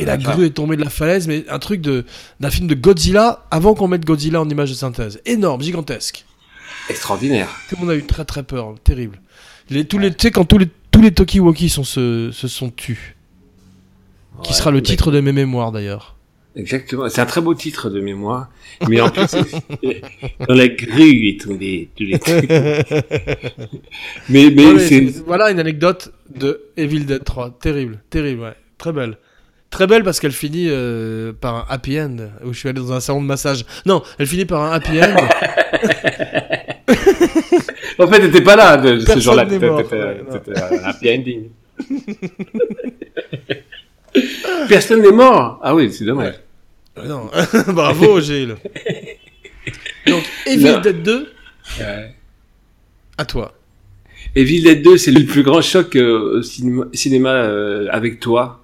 [SPEAKER 3] Et la
[SPEAKER 2] D'accord.
[SPEAKER 3] grue est tombée de la falaise, mais un truc de d'un film de Godzilla avant qu'on mette Godzilla en image de synthèse. Énorme, gigantesque.
[SPEAKER 2] Extraordinaire.
[SPEAKER 3] Tout le monde a eu très très peur, terrible. Les, tous les, tu sais quand tous les tous les Tokiwoki sont se, se sont tus. Qui
[SPEAKER 2] Ouais.
[SPEAKER 3] sera le titre de mes mémoires d'ailleurs.
[SPEAKER 2] Exactement. C'est un très beau titre de mémoire. Mais en plus, c'est- dans la grue est tombé tous les trucs. mais mais
[SPEAKER 3] Ouais, mais
[SPEAKER 2] c'est.
[SPEAKER 3] c'est- Voilà une anecdote de Evil Dead 3. Terrible, terrible, ouais. Très belle. Très belle parce qu'elle finit euh, par un happy end où je suis allé dans un salon de massage. Non, elle finit par un happy end.
[SPEAKER 2] En fait, t'étais pas là de, ce
[SPEAKER 3] Personne
[SPEAKER 2] jour-là.
[SPEAKER 3] n'est
[SPEAKER 2] T'étais-
[SPEAKER 3] mort.
[SPEAKER 2] t'étais-
[SPEAKER 3] Ouais, non.
[SPEAKER 2] C'était un happy ending. Personne n'est mort. Ah oui, c'est dommage.
[SPEAKER 3] Euh, non, bravo Gilles. Donc Evil
[SPEAKER 2] Non.
[SPEAKER 3] Dead 2,
[SPEAKER 2] Ouais.
[SPEAKER 3] à toi.
[SPEAKER 2] Et Evil Dead 2, c'est le plus grand choc euh, au cinéma, cinéma, euh, avec toi.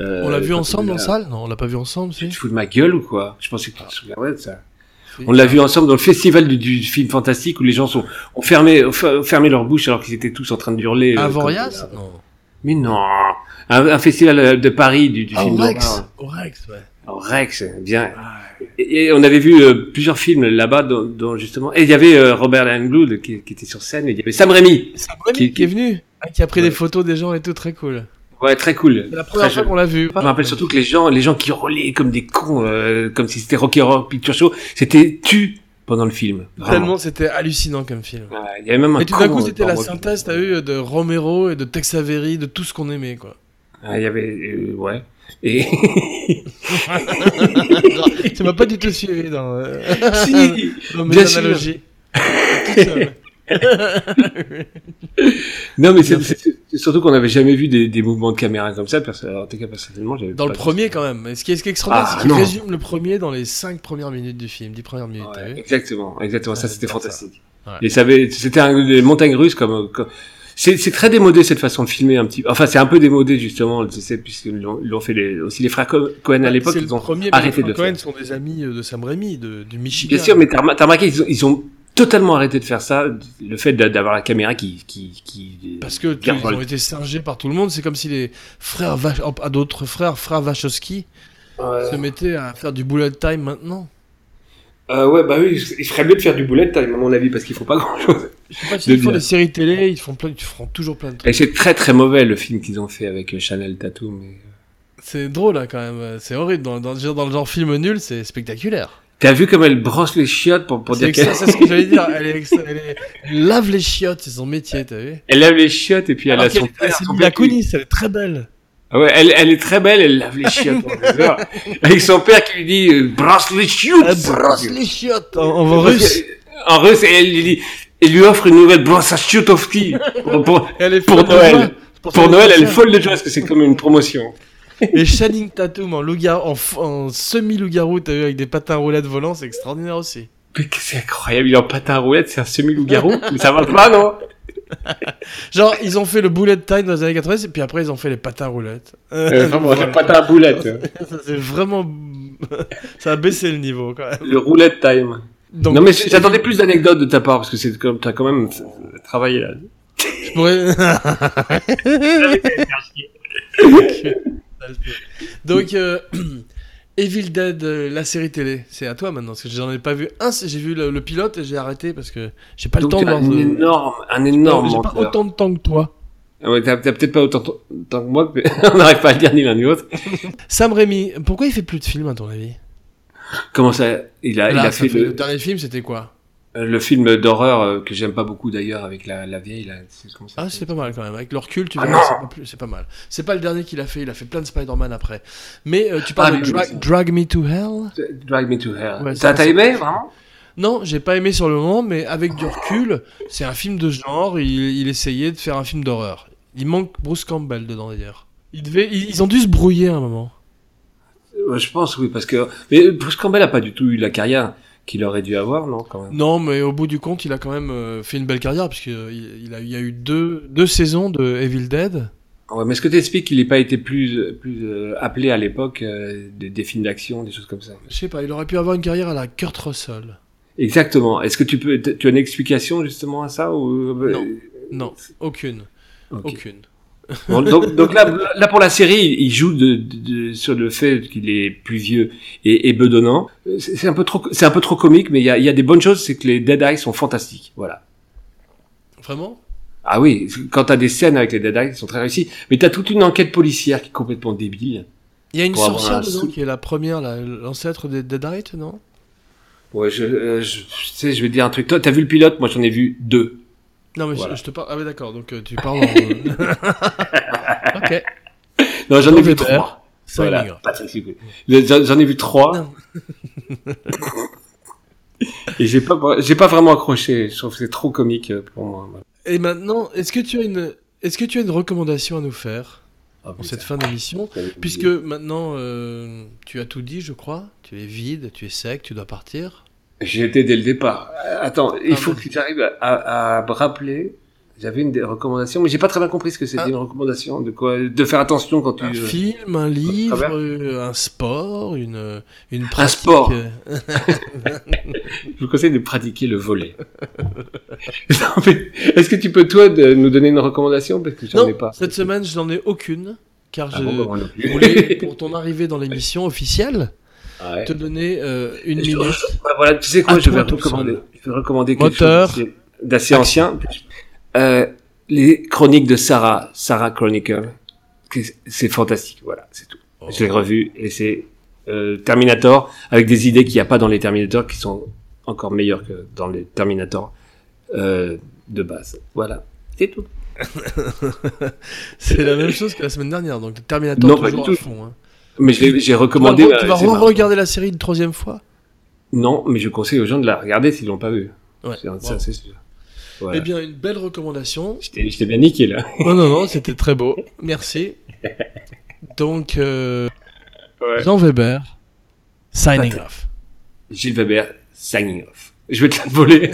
[SPEAKER 2] Euh,
[SPEAKER 3] on l'a vu
[SPEAKER 2] quand
[SPEAKER 3] ensemble
[SPEAKER 2] on
[SPEAKER 3] en
[SPEAKER 2] a-
[SPEAKER 3] salle Non, on l'a pas vu ensemble,
[SPEAKER 2] Tu
[SPEAKER 3] si.
[SPEAKER 2] te fous de ma gueule ou quoi Je pensais que tu te souviendrais de ça.
[SPEAKER 3] Ah. Si.
[SPEAKER 2] On l'a vu ensemble dans le festival du, du film fantastique où les gens sont, ont, fermé, ont fe- ont fermé leur bouche alors qu'ils étaient tous en train de hurler. euh,
[SPEAKER 3] À
[SPEAKER 2] comme-
[SPEAKER 3] Vorias Non.
[SPEAKER 2] Mais non un, un festival euh, de Paris du, du
[SPEAKER 3] Ah,
[SPEAKER 2] film
[SPEAKER 3] au Rex.
[SPEAKER 2] d'horreur.
[SPEAKER 3] Au Rex, ouais.
[SPEAKER 2] Au Rex, bien. Et, et on avait vu euh, plusieurs films là-bas, dont, dont justement. Et il y avait euh, Robert Langloud qui, qui était sur scène, et il y avait Sam Raimi.
[SPEAKER 3] C'est un ami
[SPEAKER 2] Qui-
[SPEAKER 3] qui, est venu, hein, qui a pris
[SPEAKER 2] Ouais.
[SPEAKER 3] des photos des gens et tout, très cool.
[SPEAKER 2] Ouais, très cool.
[SPEAKER 3] C'est la première
[SPEAKER 2] Très
[SPEAKER 3] fois
[SPEAKER 2] joli.
[SPEAKER 3] qu'on l'a vu.
[SPEAKER 2] Je me rappelle surtout que les gens, les gens qui hurlaient comme des cons, euh, comme si c'était Rocky Horror Picture Show, c'était tu pendant le film. Vraiment.
[SPEAKER 3] Tellement c'était hallucinant comme film.
[SPEAKER 2] Ouais, Il y avait même un
[SPEAKER 3] Et tout d'un
[SPEAKER 2] con,
[SPEAKER 3] coup,
[SPEAKER 2] euh,
[SPEAKER 3] c'était la
[SPEAKER 2] dans-
[SPEAKER 3] synthèse, t'as eu euh, de Romero et de Tex Avery, de tout ce qu'on aimait, quoi.
[SPEAKER 2] Ah, Il y avait, euh, ouais. Et
[SPEAKER 3] tu m'as pas du tout suivi dans, euh,
[SPEAKER 2] si,
[SPEAKER 3] dans mes
[SPEAKER 2] bien sûr.
[SPEAKER 3] analogies. Tout seul.
[SPEAKER 2] non mais c'est c'est- c'est surtout qu'on n'avait jamais vu des, des mouvements de caméra comme ça. perso- En tout cas personnellement, j'avais
[SPEAKER 3] dans
[SPEAKER 2] pas
[SPEAKER 3] le
[SPEAKER 2] vu
[SPEAKER 3] premier,
[SPEAKER 2] ça.
[SPEAKER 3] quand même. Et Ce qui est, ce qui est extraordinaire,
[SPEAKER 2] Ah,
[SPEAKER 3] c'est qu'il
[SPEAKER 2] non.
[SPEAKER 3] résume le premier dans les 5 premières minutes du film, 10 premières minutes, t'as
[SPEAKER 2] Ouais,
[SPEAKER 3] vu
[SPEAKER 2] exactement, exactement.
[SPEAKER 3] Ça,
[SPEAKER 2] ça c'était
[SPEAKER 3] j'adore ça.
[SPEAKER 2] fantastique.
[SPEAKER 3] Ouais.
[SPEAKER 2] Et ça avait, c'était un, des montagnes russes comme. comme- c'est c'est très démodé cette façon de filmer un petit. Enfin, c'est un peu démodé justement, tu sais, puisqu'ils l'ont ils l'ont fait les, aussi les frères Co- Cohen à l'époque.
[SPEAKER 3] C'est le
[SPEAKER 2] ils ont-
[SPEAKER 3] premier, mais
[SPEAKER 2] arrêté
[SPEAKER 3] les
[SPEAKER 2] de
[SPEAKER 3] Coen
[SPEAKER 2] faire.
[SPEAKER 3] sont des amis euh, de Sam Raimi, de, du Michigan.
[SPEAKER 2] Bien sûr, mais t'as remar- t'as remarqué, ils ont, ils ont totalement arrêté de faire ça. Le fait d'a- d'avoir la caméra qui qui qui.
[SPEAKER 3] Parce que tu-
[SPEAKER 2] garde
[SPEAKER 3] ils ont été singés par tout le monde. C'est comme si les frères Vach- oh, à d'autres frères, frères Wachowski,
[SPEAKER 2] Ouais.
[SPEAKER 3] se mettaient à faire du bullet time maintenant.
[SPEAKER 2] Euh, ouais, bah oui, il ferait mieux de faire du bullet time, à mon avis, parce qu'ils font pas grand chose.
[SPEAKER 3] Je sais pas
[SPEAKER 2] De
[SPEAKER 3] s'ils font
[SPEAKER 2] bien.
[SPEAKER 3] des séries télé, ils font plein, ils feront toujours plein de
[SPEAKER 2] Et
[SPEAKER 3] trucs.
[SPEAKER 2] c'est très très mauvais le film qu'ils ont fait avec euh, Chanel Tattoo. Mais... euh.
[SPEAKER 3] C'est drôle là quand même. euh, C'est horrible dans, dans, dans le genre film nul, c'est spectaculaire.
[SPEAKER 2] T'as vu comme elle brosse les chiottes pour, pour
[SPEAKER 3] C'est
[SPEAKER 2] dire
[SPEAKER 3] extra-
[SPEAKER 2] qu'elle
[SPEAKER 3] c'est ce que j'allais dire. Elle, est extra- elle est- elle lave les chiottes, c'est son métier, t'as vu
[SPEAKER 2] elle lave les chiottes et puis elle
[SPEAKER 3] Alors
[SPEAKER 2] a son
[SPEAKER 3] qu'elle-
[SPEAKER 2] père.
[SPEAKER 3] c'est
[SPEAKER 2] son
[SPEAKER 3] Mila
[SPEAKER 2] père qui-
[SPEAKER 3] Kunis, elle est très belle.
[SPEAKER 2] Ah ouais, elle, elle est très belle, elle lave les chiottes en deux heures. Avec son père qui lui dit euh, brosse les chiottes.
[SPEAKER 3] Elle Ah, brosse les chiottes en, en
[SPEAKER 2] Parce que-
[SPEAKER 3] russe.
[SPEAKER 2] En russe, et elle lui dit, il lui offre une nouvelle brosse à chiottes of tea pour, pour-
[SPEAKER 3] Elle est
[SPEAKER 2] pour
[SPEAKER 3] folle de
[SPEAKER 2] Noël.
[SPEAKER 3] joie.
[SPEAKER 2] pour
[SPEAKER 3] faire
[SPEAKER 2] Noël. Elle est
[SPEAKER 3] plaisir.
[SPEAKER 2] folle de joie parce que c'est comme une promotion.
[SPEAKER 3] Et Channing Tatum en, loup-garou- en, f- en semi-loup-garou, t'as vu, avec des patins roulettes volants, c'est extraordinaire aussi.
[SPEAKER 2] Mais que C'est incroyable, il est en patin à roulette, c'est un semi-loup-garou, mais ça va pas, non
[SPEAKER 3] Genre, ils ont fait le bullet time dans les années 90, et puis après, ils ont fait les patins roulettes.
[SPEAKER 2] Euh, vraiment, le patin à boulette.
[SPEAKER 3] Ça, c'est vraiment. ça a baissé le niveau, quand même.
[SPEAKER 2] Le roulette time.
[SPEAKER 3] Donc,
[SPEAKER 2] non, mais c'est- j'attendais plus d'anecdotes de ta part, parce que c'est comme, t'as quand même euh, travaillé là.
[SPEAKER 3] je pourrais- Donc, euh, Evil Dead, euh, la série télé, c'est à toi maintenant, parce que j'en ai pas vu un, c'est- j'ai vu le, le pilote et j'ai arrêté parce que j'ai pas
[SPEAKER 2] Donc,
[SPEAKER 3] le temps de
[SPEAKER 2] t'as
[SPEAKER 3] voir.
[SPEAKER 2] un
[SPEAKER 3] ce-
[SPEAKER 2] énorme, un
[SPEAKER 3] Non,
[SPEAKER 2] énorme
[SPEAKER 3] j'ai pas
[SPEAKER 2] menteur.
[SPEAKER 3] autant de temps que toi.
[SPEAKER 2] Ah ouais, t'as t'as peut-être pas autant de temps que moi, mais on n'arrive pas à le dire ni l'un ni l'autre.
[SPEAKER 3] Sam Raimi, pourquoi il fait plus de films à ton avis
[SPEAKER 2] Comment ça, Ah, il a, il
[SPEAKER 3] Là,
[SPEAKER 2] a
[SPEAKER 3] ça
[SPEAKER 2] fait,
[SPEAKER 3] fait-
[SPEAKER 2] le-
[SPEAKER 3] le dernier film, c'était quoi
[SPEAKER 2] Euh, Le film d'horreur euh, que j'aime pas beaucoup d'ailleurs avec la, la vieille là, c'est- comment ça
[SPEAKER 3] Ah,
[SPEAKER 2] s'appelle
[SPEAKER 3] c'est pas mal quand même. Avec le recul, tu
[SPEAKER 2] Ah
[SPEAKER 3] verras,
[SPEAKER 2] non
[SPEAKER 3] c'est pas, plus- c'est pas mal. C'est pas le dernier qu'il a fait. Il a fait plein de Spider-Man après. Mais euh, tu parles
[SPEAKER 2] Ah,
[SPEAKER 3] de
[SPEAKER 2] mais
[SPEAKER 3] Dra-
[SPEAKER 2] oui.
[SPEAKER 3] Drag Me to Hell
[SPEAKER 2] Drag Me to Hell.
[SPEAKER 3] Ouais,
[SPEAKER 2] T'as
[SPEAKER 3] c'est-
[SPEAKER 2] t'as aimé vraiment
[SPEAKER 3] Non, j'ai pas aimé sur le moment, mais avec du recul, c'est un film de genre. Il, il essayait de faire un film d'horreur. Il manque Bruce Campbell dedans d'ailleurs. Ils, devaient- ils ils ont dû se brouiller à un moment.
[SPEAKER 2] Euh, Je pense oui parce que mais Bruce Campbell a pas du tout eu la carrière qu'il aurait dû avoir non quand même.
[SPEAKER 3] Non, mais au bout du compte, il a quand même euh, fait une belle carrière, puisqu'il il il a, il y a eu deux, deux saisons de Evil Dead.
[SPEAKER 2] Ouais, mais est-ce que t'expliques qu'il n'ait pas été plus plus euh, appelé à l'époque euh, des, des films d'action des choses comme ça
[SPEAKER 3] Je sais pas, il aurait pu avoir une carrière à la Kurt Russell.
[SPEAKER 2] Exactement. Est-ce que tu peux tu as une explication justement à ça ou euh,
[SPEAKER 3] Non. Non, aucune.
[SPEAKER 2] Ok.
[SPEAKER 3] Aucune.
[SPEAKER 2] Bon, donc, donc là, là pour la série, il joue de, de- de- sur le fait qu'il est plus vieux et, et bedonnant. Euh, C'est c'est un peu trop, c'est un peu trop comique, mais il y a, il y a des bonnes choses. C'est que les Dead Eyes sont fantastiques. Voilà.
[SPEAKER 3] Vraiment
[SPEAKER 2] Ah oui, quand t'as des scènes avec les Dead Eyes, ils sont très réussis. Mais t'as toute une enquête policière qui est complètement débile.
[SPEAKER 3] Il y a une
[SPEAKER 2] Pour avoir
[SPEAKER 3] sorcière
[SPEAKER 2] un
[SPEAKER 3] dedans
[SPEAKER 2] sou-
[SPEAKER 3] qui est la première, la- l'ancêtre des Deadites, non
[SPEAKER 2] Ouais, je, euh, je, je sais, je vais te dire un truc. Toi, t'as vu le pilote Moi, j'en ai vu deux.
[SPEAKER 3] Non, mais je-
[SPEAKER 2] Voilà.
[SPEAKER 3] je, te parle. Ah, oui, d'accord, donc euh, tu parles en. ok.
[SPEAKER 2] Non, j'en ai
[SPEAKER 3] Jean
[SPEAKER 2] vu
[SPEAKER 3] Weber,
[SPEAKER 2] trois.
[SPEAKER 3] Ça, il
[SPEAKER 2] Voilà.
[SPEAKER 3] ignore.
[SPEAKER 2] Patrick Hugo. J'en j'en ai vu trois.
[SPEAKER 3] Non.
[SPEAKER 2] Et j'ai pas, j'ai pas vraiment accroché. Je trouve que c'est trop comique euh, pour moi. Voilà.
[SPEAKER 3] Et maintenant, est-ce que tu as une. Est-ce que tu as une recommandation à nous faire
[SPEAKER 2] Ah,
[SPEAKER 3] pour cette fin d'émission Puisque maintenant, euh, tu as tout dit, je crois. Tu es vide, tu es sec, tu dois partir.
[SPEAKER 2] J'y étais dès le départ. Euh, Attends, il
[SPEAKER 3] Ah,
[SPEAKER 2] faut
[SPEAKER 3] vas-y.
[SPEAKER 2] que tu arrives à, à- à me rappeler. J'avais une des recommandations, mais j'ai pas très bien compris ce que c'était
[SPEAKER 3] Ah.
[SPEAKER 2] une recommandation. De quoi De faire attention quand tu.
[SPEAKER 3] Un
[SPEAKER 2] euh,
[SPEAKER 3] film, un livre,
[SPEAKER 2] travers.
[SPEAKER 3] euh, un sport, une, une pratique.
[SPEAKER 2] sport.
[SPEAKER 3] euh,
[SPEAKER 2] euh, Je vous conseille de pratiquer le volet. Non, mais Est-ce que tu peux toi de nous donner une recommandation parce que j'en ai
[SPEAKER 3] Non,
[SPEAKER 2] pas.
[SPEAKER 3] cette semaine, je n'en ai aucune, car
[SPEAKER 2] Ah
[SPEAKER 3] je
[SPEAKER 2] bon, bah, moi non plus.
[SPEAKER 3] voulais, pour ton arrivée dans l'émission officielle,
[SPEAKER 2] Ah Ouais.
[SPEAKER 3] te donner euh, une
[SPEAKER 2] Je-
[SPEAKER 3] minute.
[SPEAKER 2] Bah, voilà, tu sais quoi,
[SPEAKER 3] À
[SPEAKER 2] je
[SPEAKER 3] toi
[SPEAKER 2] vais
[SPEAKER 3] tout
[SPEAKER 2] recommander.
[SPEAKER 3] seul.
[SPEAKER 2] Je vais recommander quelque
[SPEAKER 3] Moteur.
[SPEAKER 2] chose d'assez- d'assez ancien. Euh, les chroniques de Sarah, Sarah Chronicle. C'est- C'est fantastique, voilà, c'est tout. Je l'ai revu et c'est euh, Terminator avec des idées qu'il n'y a pas dans les Terminator qui sont encore meilleures que dans les Terminator euh, de base. Voilà, c'est tout.
[SPEAKER 3] C'est la même chose que la semaine dernière, donc le Terminator
[SPEAKER 2] Non, pas
[SPEAKER 3] toujours
[SPEAKER 2] du
[SPEAKER 3] à
[SPEAKER 2] tout.
[SPEAKER 3] fond. hein.
[SPEAKER 2] Mais je l'ai- j'ai
[SPEAKER 3] Tu vas,
[SPEAKER 2] recommandé.
[SPEAKER 3] re- tu
[SPEAKER 2] euh,
[SPEAKER 3] vas
[SPEAKER 2] c'est marrant.
[SPEAKER 3] re-regarder la série une troisième fois
[SPEAKER 2] non, mais je conseille aux gens de la regarder s'ils l'ont pas vue.
[SPEAKER 3] Ouais.
[SPEAKER 2] C'est-
[SPEAKER 3] Wow.
[SPEAKER 2] Ça, c'est sûr. Voilà.
[SPEAKER 3] Eh bien, une belle recommandation.
[SPEAKER 2] Je t'ai- je t'ai bien niqué là.
[SPEAKER 3] Non, non, non, c'était très beau. Merci. Donc, euh,
[SPEAKER 2] Ouais.
[SPEAKER 3] Jean Weber, signing off.
[SPEAKER 2] Gilles Weber, signing off. Je vais te la voler.